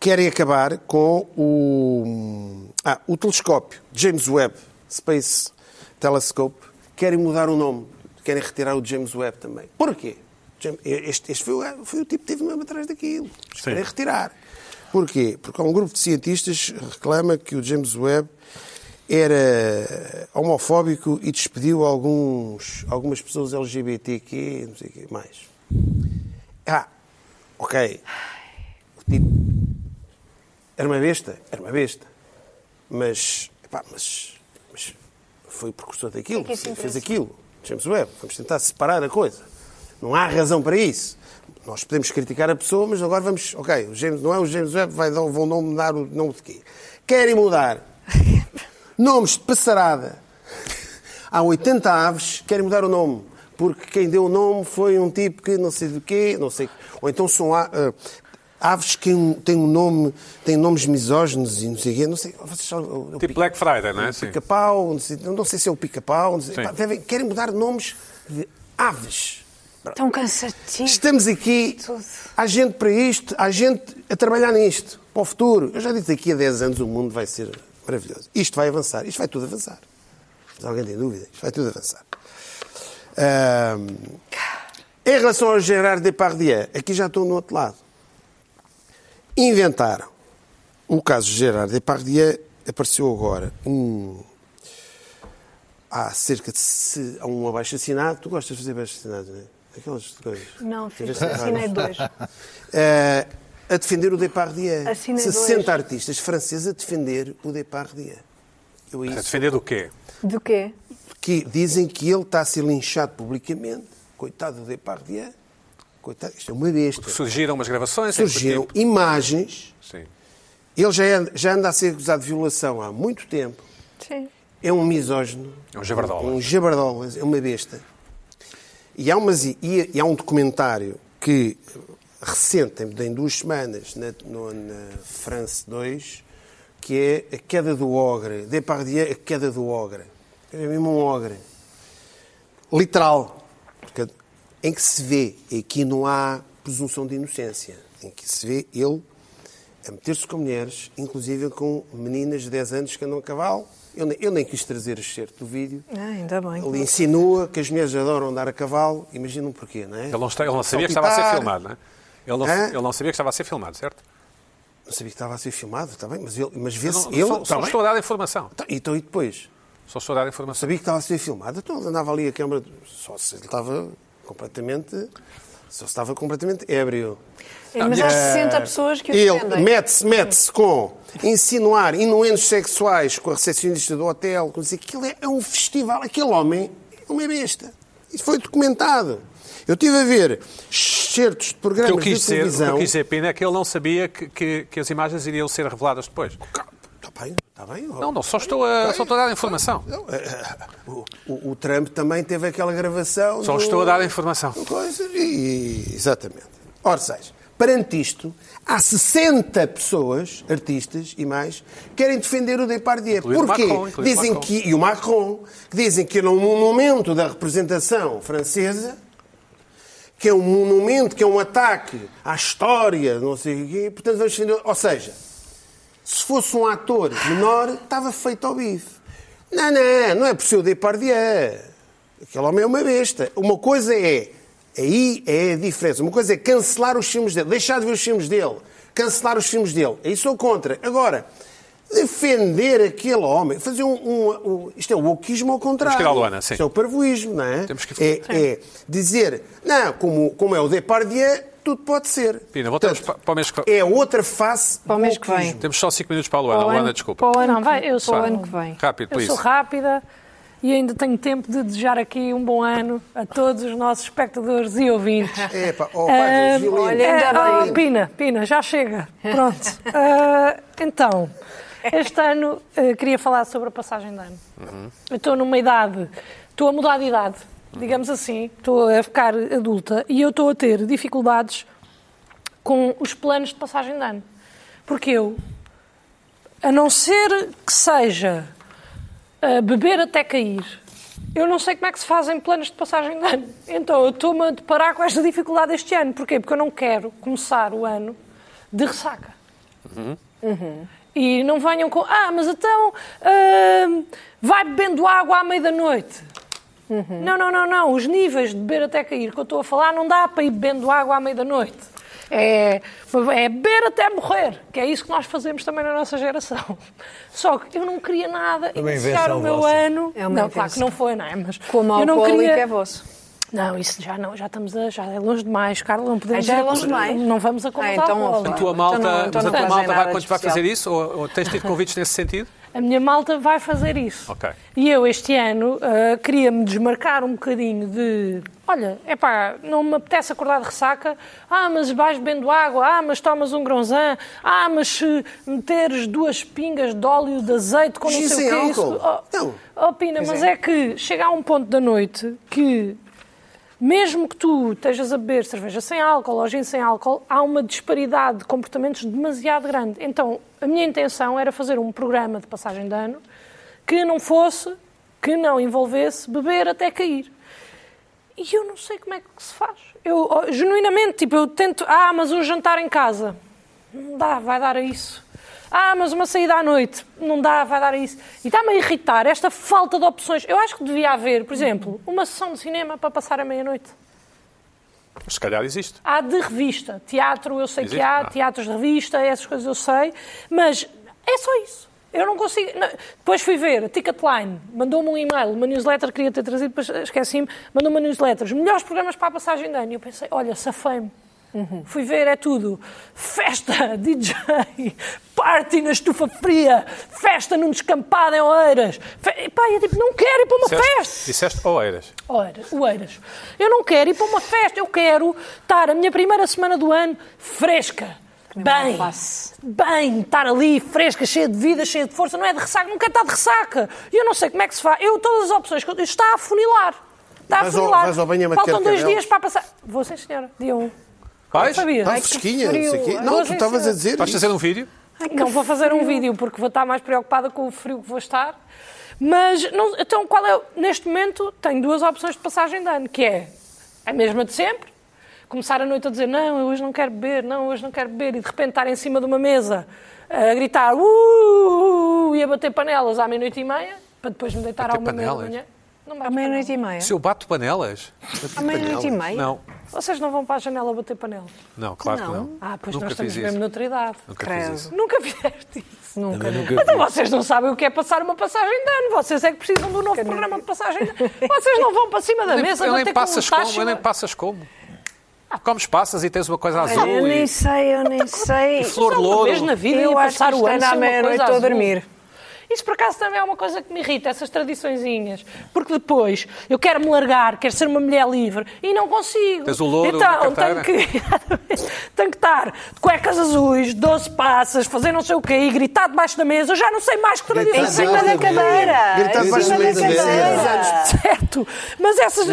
B: querem acabar com o, ah, o telescópio James Webb Space Telescope. Querem mudar o nome, querem retirar o James Webb também. Porquê? Jam- Este, este foi, o, foi o tipo que teve mesmo atrás daquilo. Eles Querem retirar. Porquê? Porque há um grupo de cientistas que reclama que o James Webb era homofóbico e despediu alguns, algumas pessoas LGBTQ, não sei o quê mais. Ah, ok. O tipo era uma besta, era uma besta. Mas, epá, mas, mas foi o precursor daquilo,
C: é que isso
B: fez
C: interessa?
B: aquilo. James Webb, vamos tentar separar a coisa. Não há razão para isso. Nós podemos criticar a pessoa, mas agora vamos. Ok, o James, não é o James Webb, vai, dar- vão não mudar o nome de quê? Querem mudar nomes de passarada. Há 80 aves, querem mudar o nome. Porque quem deu o nome foi um tipo que não sei do quê, não sei. Ou então são a- ah, aves que têm um nome, têm nomes misóginos e não sei o quê, não sei. Vocês sabem, eu- eu
A: Tipo Black Friday, não é? Sim.
B: pica-pau, não sei, não sei se é o pica-pau, não sei-
A: Sim.
B: Pá, devem- querem mudar nomes de aves.
C: Tão cansativo.
B: Estamos aqui,
C: Tudo.
B: há gente para isto, há gente a trabalhar nisto, para o futuro. Eu já disse daqui a 10 anos o mundo vai ser maravilhoso. Isto vai avançar, isto vai tudo avançar. Mas alguém tem dúvida, isto vai tudo avançar. Ahm, em relação ao Gerard Depardieu, aqui já estou no outro lado. Inventaram. O caso Gerard Depardieu apareceu agora. Um, há cerca de se- há um abaixo assinado. Tu gostas de fazer abaixo assinado, não é? Aquelas coisas.
C: Não, fiz,
B: Tiveste errado.
C: assinei dois.
B: [laughs] Eh, a defender o Depardieu.
C: Assinei
B: 60
C: dois.
B: artistas franceses a defender o Depardieu. Eu
A: A
B: isso
A: defender do quê?
C: Do quê?
B: que dizem que ele está a ser linchado publicamente. Coitado do Depardieu. Coitado, isto é uma besta.
A: Surgiram umas gravações? sempre
B: Surgiram
A: tipo-
B: imagens.
A: Sim.
B: Ele já anda, já anda a ser acusado de violação há muito tempo.
C: Sim.
B: É um misógino.
A: É um jabardola.
B: Um jabardola, é uma besta. E há, umas, e, e há um documentário que eh, recente, tem duas semanas, na, no- na France 2, que é A Queda do Ogre. Depardieu, A Queda do Ogre. É mesmo um ogre. Literal. Porque- em que se vê, e aqui não há presunção de inocência, em que se vê ele a meter-se com mulheres, inclusive com meninas de 10 anos que andam a cavalo. Eu nem, eu nem quis trazer o excerto do vídeo.
C: Ah, ainda bem.
B: Ele insinua que as mulheres adoram andar a cavalo, imaginam porquê, não é?
A: Ele não, está- ele não sabia que estava a ser
B: Saltitar.
A: filmado, não é? Ele não,
B: Hã?
A: ele não sabia que estava a ser filmado, certo?
B: Não sabia que estava a ser filmado, está bem, mas, ele, mas
A: Eu
B: vê-se
A: não-
B: ele.
A: só,
B: está
A: só
B: bem.
A: estou a dar informação.
B: Tá, Então, e depois?
A: Só estou a dar informação.
B: Sabia que estava a ser filmado, então ele andava ali a câmara, só se ele estava completamente. Só se estava completamente ébrio.
C: É, Mas há 60 pessoas que é o
B: Ele
C: defendem.
B: mete-se, mete-se com insinuar inuendos sexuais com a recepcionista do hotel, com dizer que aquilo é, é um festival, aquele homem é uma besta. Isso foi documentado. Eu estive a ver certos de
A: O que eu
B: programas
A: quis dizer, o
B: de
A: que eu
B: televisão.
A: quis dizer, Pina, é que ele não sabia que, que, que as imagens iriam ser reveladas depois.
B: Está Tá bem, está bem.
A: Não, não, só estou a, só estou a dar informação.
B: Não, eh, eh, o- o, o Trump também teve aquela gravação.
A: Só
B: do-
A: estou a dar informação.
B: Coisa, e, e- exatamente. Ora, seja, perante isto, há 60 pessoas, artistas e mais, que querem defender o Depardieu.
A: Incluindo
B: Porquê?
A: Macron, incluindo
B: dizem
A: Macron.
B: que, e o Macron, que dizem que no monumento da representação francesa, que é um monumento, que é um ataque à história, não sei o quê, portanto vamos defender. Ou seja, se fosse um ator menor, estava feito ao bife. Não, não, não é por ser o Depardieu. Aquele homem é uma besta. Uma coisa é. Aí é a diferença. Uma coisa é cancelar os filmes dele, deixar de ver os filmes dele, cancelar os filmes dele. Aí sou contra. Agora, defender aquele homem, fazer um. um- um- isto é o wokeismo ao contrário.
A: ir à Luana, sim.
B: Isto é o parvoísmo, não é?
A: Temos que-
B: É, é dizer, não, como, como é o Depardieu, tudo pode ser.
A: Pina, voltamos
B: Portanto,
A: pa- para o mês que-
B: É outra face
C: Para o mês que vem.
A: Temos só 5 minutos para a Luana. Luana, desculpa.
C: Para o ano,
D: Não, vai, eu sou- um-
C: para o ano que vem.
A: Rápido,
D: Eu
A: please.
D: sou rápida e ainda tenho tempo de desejar aqui um bom ano a todos os nossos espectadores e ouvintes.
B: Epá, oh, pá,
D: Ah,
B: violino.
C: olha, ainda
D: Ah,
C: bem.
D: oh, Pina, Pina, já chega. Pronto. Ah, então, este ano eh, queria falar sobre a passagem de ano. Eu estou numa idade, estou a mudar de idade, digamos assim, estou a ficar adulta e eu estou a ter dificuldades com os planos de passagem de ano. Porque eu, a não ser que seja a beber até cair. Eu não sei como é que se fazem planos de passagem de ano. Então, eu estou-me a deparar com esta dificuldade este ano. Porquê? Porque eu não quero começar o ano de ressaca. E não venham com... Ah, mas então ah, vai bebendo água à meia da noite.
C: Uhum.
D: Não, não, não, não. Os níveis de beber até cair que eu estou a falar não dá para ir bebendo água à meia da noite. É, é beber até morrer, que é isso que nós fazemos também na nossa geração. Só que eu não queria nada
E: uma
D: iniciar
E: invenção
D: o meu
E: vossa.
D: ano.
C: É uma
D: não, claro que
C: invenção.
D: não foi, não é? Mas
C: Como
D: eu não
C: alcoólico
D: queria...
C: é vosso.
D: Não, isso já não, já estamos a, já é longe demais, Carla, não
C: Ah,
D: podemos.
C: já é
D: ir-
C: longe demais.
D: Não vamos a contar
C: Ah, então,
D: bola.
C: vá.
A: A tua malta,
C: Então não- então
A: mas a
C: não
A: tua
C: fazem
A: malta vai
C: nada
A: continuar a
C: especial.
A: fazer isso? Ou, ou tens tido convites nesse sentido?
D: A minha malta vai fazer isso.
A: Ok.
D: E eu, este ano, ah, queria-me desmarcar um bocadinho de. Olha, é pá, não me apetece acordar de ressaca. Ah, mas vais bebendo água. Ah, mas tomas um gronzão. Ah, mas se meteres duas pingas de óleo de azeite com não
B: Gin sem
D: sei o quê.
B: álcool.
D: Não.
B: Não.
D: Oh, Pina, mas é. que chega a um ponto da noite que. Mesmo que tu estejas a beber cerveja sem álcool ou gin sem álcool, há uma disparidade de comportamentos demasiado grande. Então, a minha intenção era fazer um programa de passagem de ano que não fosse, que não envolvesse beber até cair. E eu não sei como é que se faz. Eu, oh, genuinamente, tipo, eu tento. Ah, mas um jantar em casa. Não dá, vai dar a isso. Ah, mas uma saída à noite. Não dá, vai dar a isso. E está-me a irritar esta falta de opções. Eu acho que devia haver, por exemplo, uma sessão de cinema para passar a meia-noite.
A: Se calhar existe.
D: Há de revista. Teatro eu sei
A: Existe?
D: que há,
A: Ah.
D: teatros de revista, essas coisas eu sei, mas é só isso. Eu não consigo. não. Depois fui ver, a Ticketline mandou-me um e-mail, uma newsletter, queria ter trazido, depois esqueci-me, mandou-me uma newsletter. Os melhores programas para a passagem de ano. E eu pensei, olha, safei-me. Fui ver, é tudo. Festa, [laughs] DJ, party na estufa fria, festa num descampado em Oeiras. Fe... Pá, eu tipo, não quero ir para uma festa.
A: Disseste, disseste Oeiras.
D: Oeiras, Oeiras. Eu não quero ir para uma festa, eu quero estar a minha primeira semana do ano fresca. Bem,
C: alface.
D: bem, estar ali fresca, cheia de vida, cheia de força, não é de ressaca, não quero estar de ressaca. E eu não sei como é que se faz. Eu, todas as opções, que eu- está a funilar. Está a
B: Vais ao-
D: funilar.
B: vais ao banho a bater
D: Faltam dois
B: cabelos? Então
D: dias para passar. Vou sim, senhora, dia um.
A: Vais?
D: Sabia?
B: Está
D: Ai, que
B: fresquinha,
D: frio.
B: não sei o quê.
D: Ai,
B: Não,
D: hoje
B: tu
D: é
B: estavas a
D: cedo.
B: dizer.
A: Vais fazer um vídeo?
D: Não vou fazer um vídeo porque vou estar mais preocupada com o frio que vou estar. Mas, não- então, qual é. o- Neste momento, tenho duas opções de passagem de ano, que é a mesma de sempre. Começar a noite a dizer, não, eu hoje não quero beber, não, hoje não quero beber. E, de repente, estar em cima de uma mesa eh, a gritar, uh, e a bater panelas à meia-noite e meia, para depois me deitar
A: Bater
D: à uma meia da
A: panelas?
D: manhã. Não
C: À
D: bato
C: meia-noite e meia.
A: Se eu bato panelas?
C: À meia-noite e meia?
A: Não.
D: panelas. Vocês não vão para a janela bater panelas?
A: Não, claro que
C: Não.
A: não.
D: Ah, pois
A: Nunca
D: nós estamos
A: fiz
D: mesmo
A: isso.
D: noutra idade.
A: Nunca
C: Credo.
A: fiz isso.
D: Nunca fizeste isso.
C: Nunca.
D: Então vocês não sabem o que é passar uma passagem de ano. Vocês é que precisam de um novo programa de passagem de ano. Vocês não vão para cima da
A: Eu nem-
D: mesa
A: eu nem
D: bater com
A: passas
D: um
A: como, eu
D: tacho.
A: nem passas como. Comes passas e tens uma coisa azul.
C: Eu
A: e-
C: nem sei, eu nem sei.
A: flor
D: Só uma
A: louro.
D: vez na vida ia
C: Eu acho
D: passar
C: que
D: o
A: é
C: estou
D: ano sem
C: na
D: uma
C: meia-noite
D: coisa
C: estou a
D: azul.
C: dormir.
D: Isso por acaso também é uma coisa que me irrita, essas tradiçõezinhas. Porque depois eu quero me largar, quero ser uma mulher livre e não consigo.
A: Tens o louro na
D: então, tenho
A: carteira.
D: que, [laughs] tenho que estar de cuecas azuis, 12 passas, fazer não sei o quê e gritar debaixo da mesa. Eu já não sei mais que
E: Gritar
C: Em
D: tradição.
E: debaixo
C: cima da cadeira.
B: Gritar
C: Em
B: debaixo
C: cima
B: da
C: da
B: mesa.
C: cadeira.
D: [laughs] Certo, mas essas.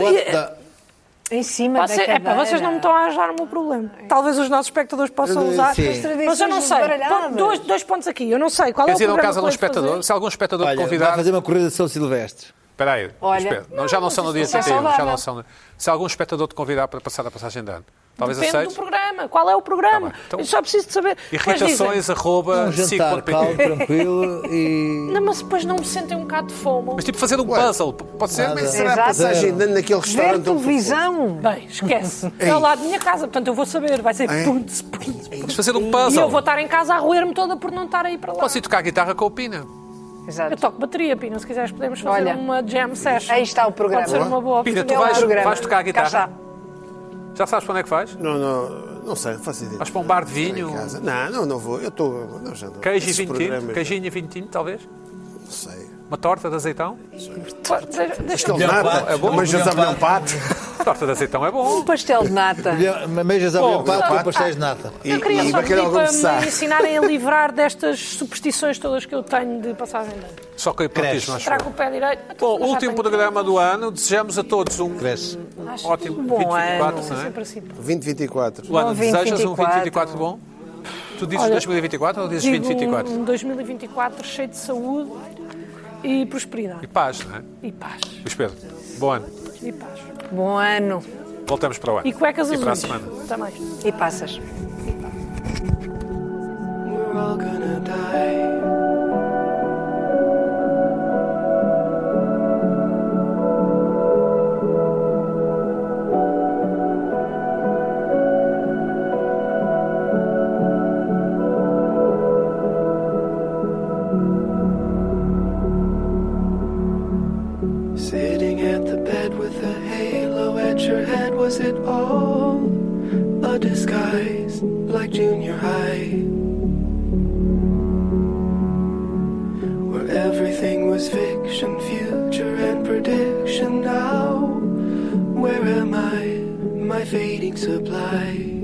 C: Em cima da
D: Você-
C: cadeira.
D: é pá, vocês não me estão a ajudar o meu problema.
C: É.
D: Talvez os nossos espectadores possam
E: Eu-
D: usar.
E: sim.
D: Mas eu não
C: Tradições
D: sei.
C: baralhadas.
D: Ponto- dois, dois pontos aqui. Eu não sei qual
A: Queres
D: é o
A: ir a
D: programa
A: casa de um
D: que eu hei de
A: espectador?
D: fazer.
A: Se algum espectador te
E: Olha,
A: convidar.
E: vai fazer uma corrida de São Silvestre.
A: Espera aí.
C: Olha,
A: espera. Não, já não são no dia
C: isso é
A: 31. Já
C: saudável.
A: não são... Se algum espectador te convidar para passar a passagem de ano, talvez
D: Depende do
A: aceites.
D: programa. Qual é o programa?
A: Tá bem, então-
D: eu só preciso de saber. Depois dizem,
A: Irritações, arroba,
E: Um jantar
A: sic.pt.
E: calmo, tranquilo [laughs] e.
D: Não, mas depois não me sentem um bocado de fome.
A: Mas tipo fazer um puzzle. Pode ser?
E: Nada.
A: Mas será-
B: Será a
C: Exato.
B: passagem de ano naquele
C: Ver
B: restaurante onde tu
C: televisão.
D: Bem,
A: [laughs]
D: esquece. É ao lado da minha casa, portanto eu vou saber. Vai ser puntos, puntos,
A: Vamos
D: puntos.
A: fazer um
D: E
A: puzzle.
D: eu vou estar em casa a roer-me toda por não estar aí para lá.
A: Posso ir tocar guitarra com o Pina?
D: Eu
C: Exato.
D: toco bateria, Pina. Se quiseres, podemos fazer
C: Olha,
D: uma jam session.
C: Aí está o programa.
D: Pode ser uma boa
A: Pina, tu
D: oportunidade.
A: vais,
C: o programa.
A: vais tocar a
C: Cá
A: guitarra?
C: está.
A: Já sabes para onde é que vais?
B: foste. Não, não, não sei, não faço ideia.
A: Vais para um bar de
B: Estou
A: vinho,
B: em casa. Não, não, não vou. Eu estou. Não, já não.
A: queijo e
B: Esses
A: vinho tinto,
E: é
B: programas,
A: queijinho e vinho tinto, talvez?
B: Não sei.
A: Uma torta de azeitão?
D: Deixa- Deixa-me
B: Aquele nada.
E: pato, é bom?
B: Mas jantar
E: Melhor
B: melhor um pato.
A: torta de azeitão é bom.
C: Um pastel de nata.
E: Meijas à
A: Bom,
E: minha parte com pastéis de nata.
B: E,
D: Eu queria
B: e
D: só pedir
B: bacalhau
D: para
B: com sá.
D: me
A: [laughs]
D: ensinarem a livrar destas superstições todas que eu tenho de passagem de ano.
A: Só que eu
E: Cresce.
A: prontismo, acho
D: Trago
A: eu.
D: o pé direito.
A: é
D: Então,
A: Bom,
D: Já
A: último
D: tenho
A: programa do ano. Desejamos a todos um
E: Cresce.
D: Acho
A: ótimo
C: bom
A: 2024,
C: ano.
A: não é?
B: 2024.
A: Luana,
C: Bom
A: desejas um
C: 2024
A: 2024 bom? Tu dizes 2024 ou dizes
D: Digo
A: 2024?
D: um 2024 cheio de saúde e
A: E
D: prosperidade.
A: paz, não é?
D: E paz.
A: Luís Pedro, bom ano.
D: E paz.
A: é?
C: Bom ano.
A: Voltamos para o ano.
D: E cuecas
A: E
D: azuis.
A: para a semana.
D: Também.
C: E passas.
G: We're all gonna die. Sitting at the bed with a halo at at your head, was it all a disguise like junior high? Where everything was fiction, future, and prediction. Now, where am I? My fading supply.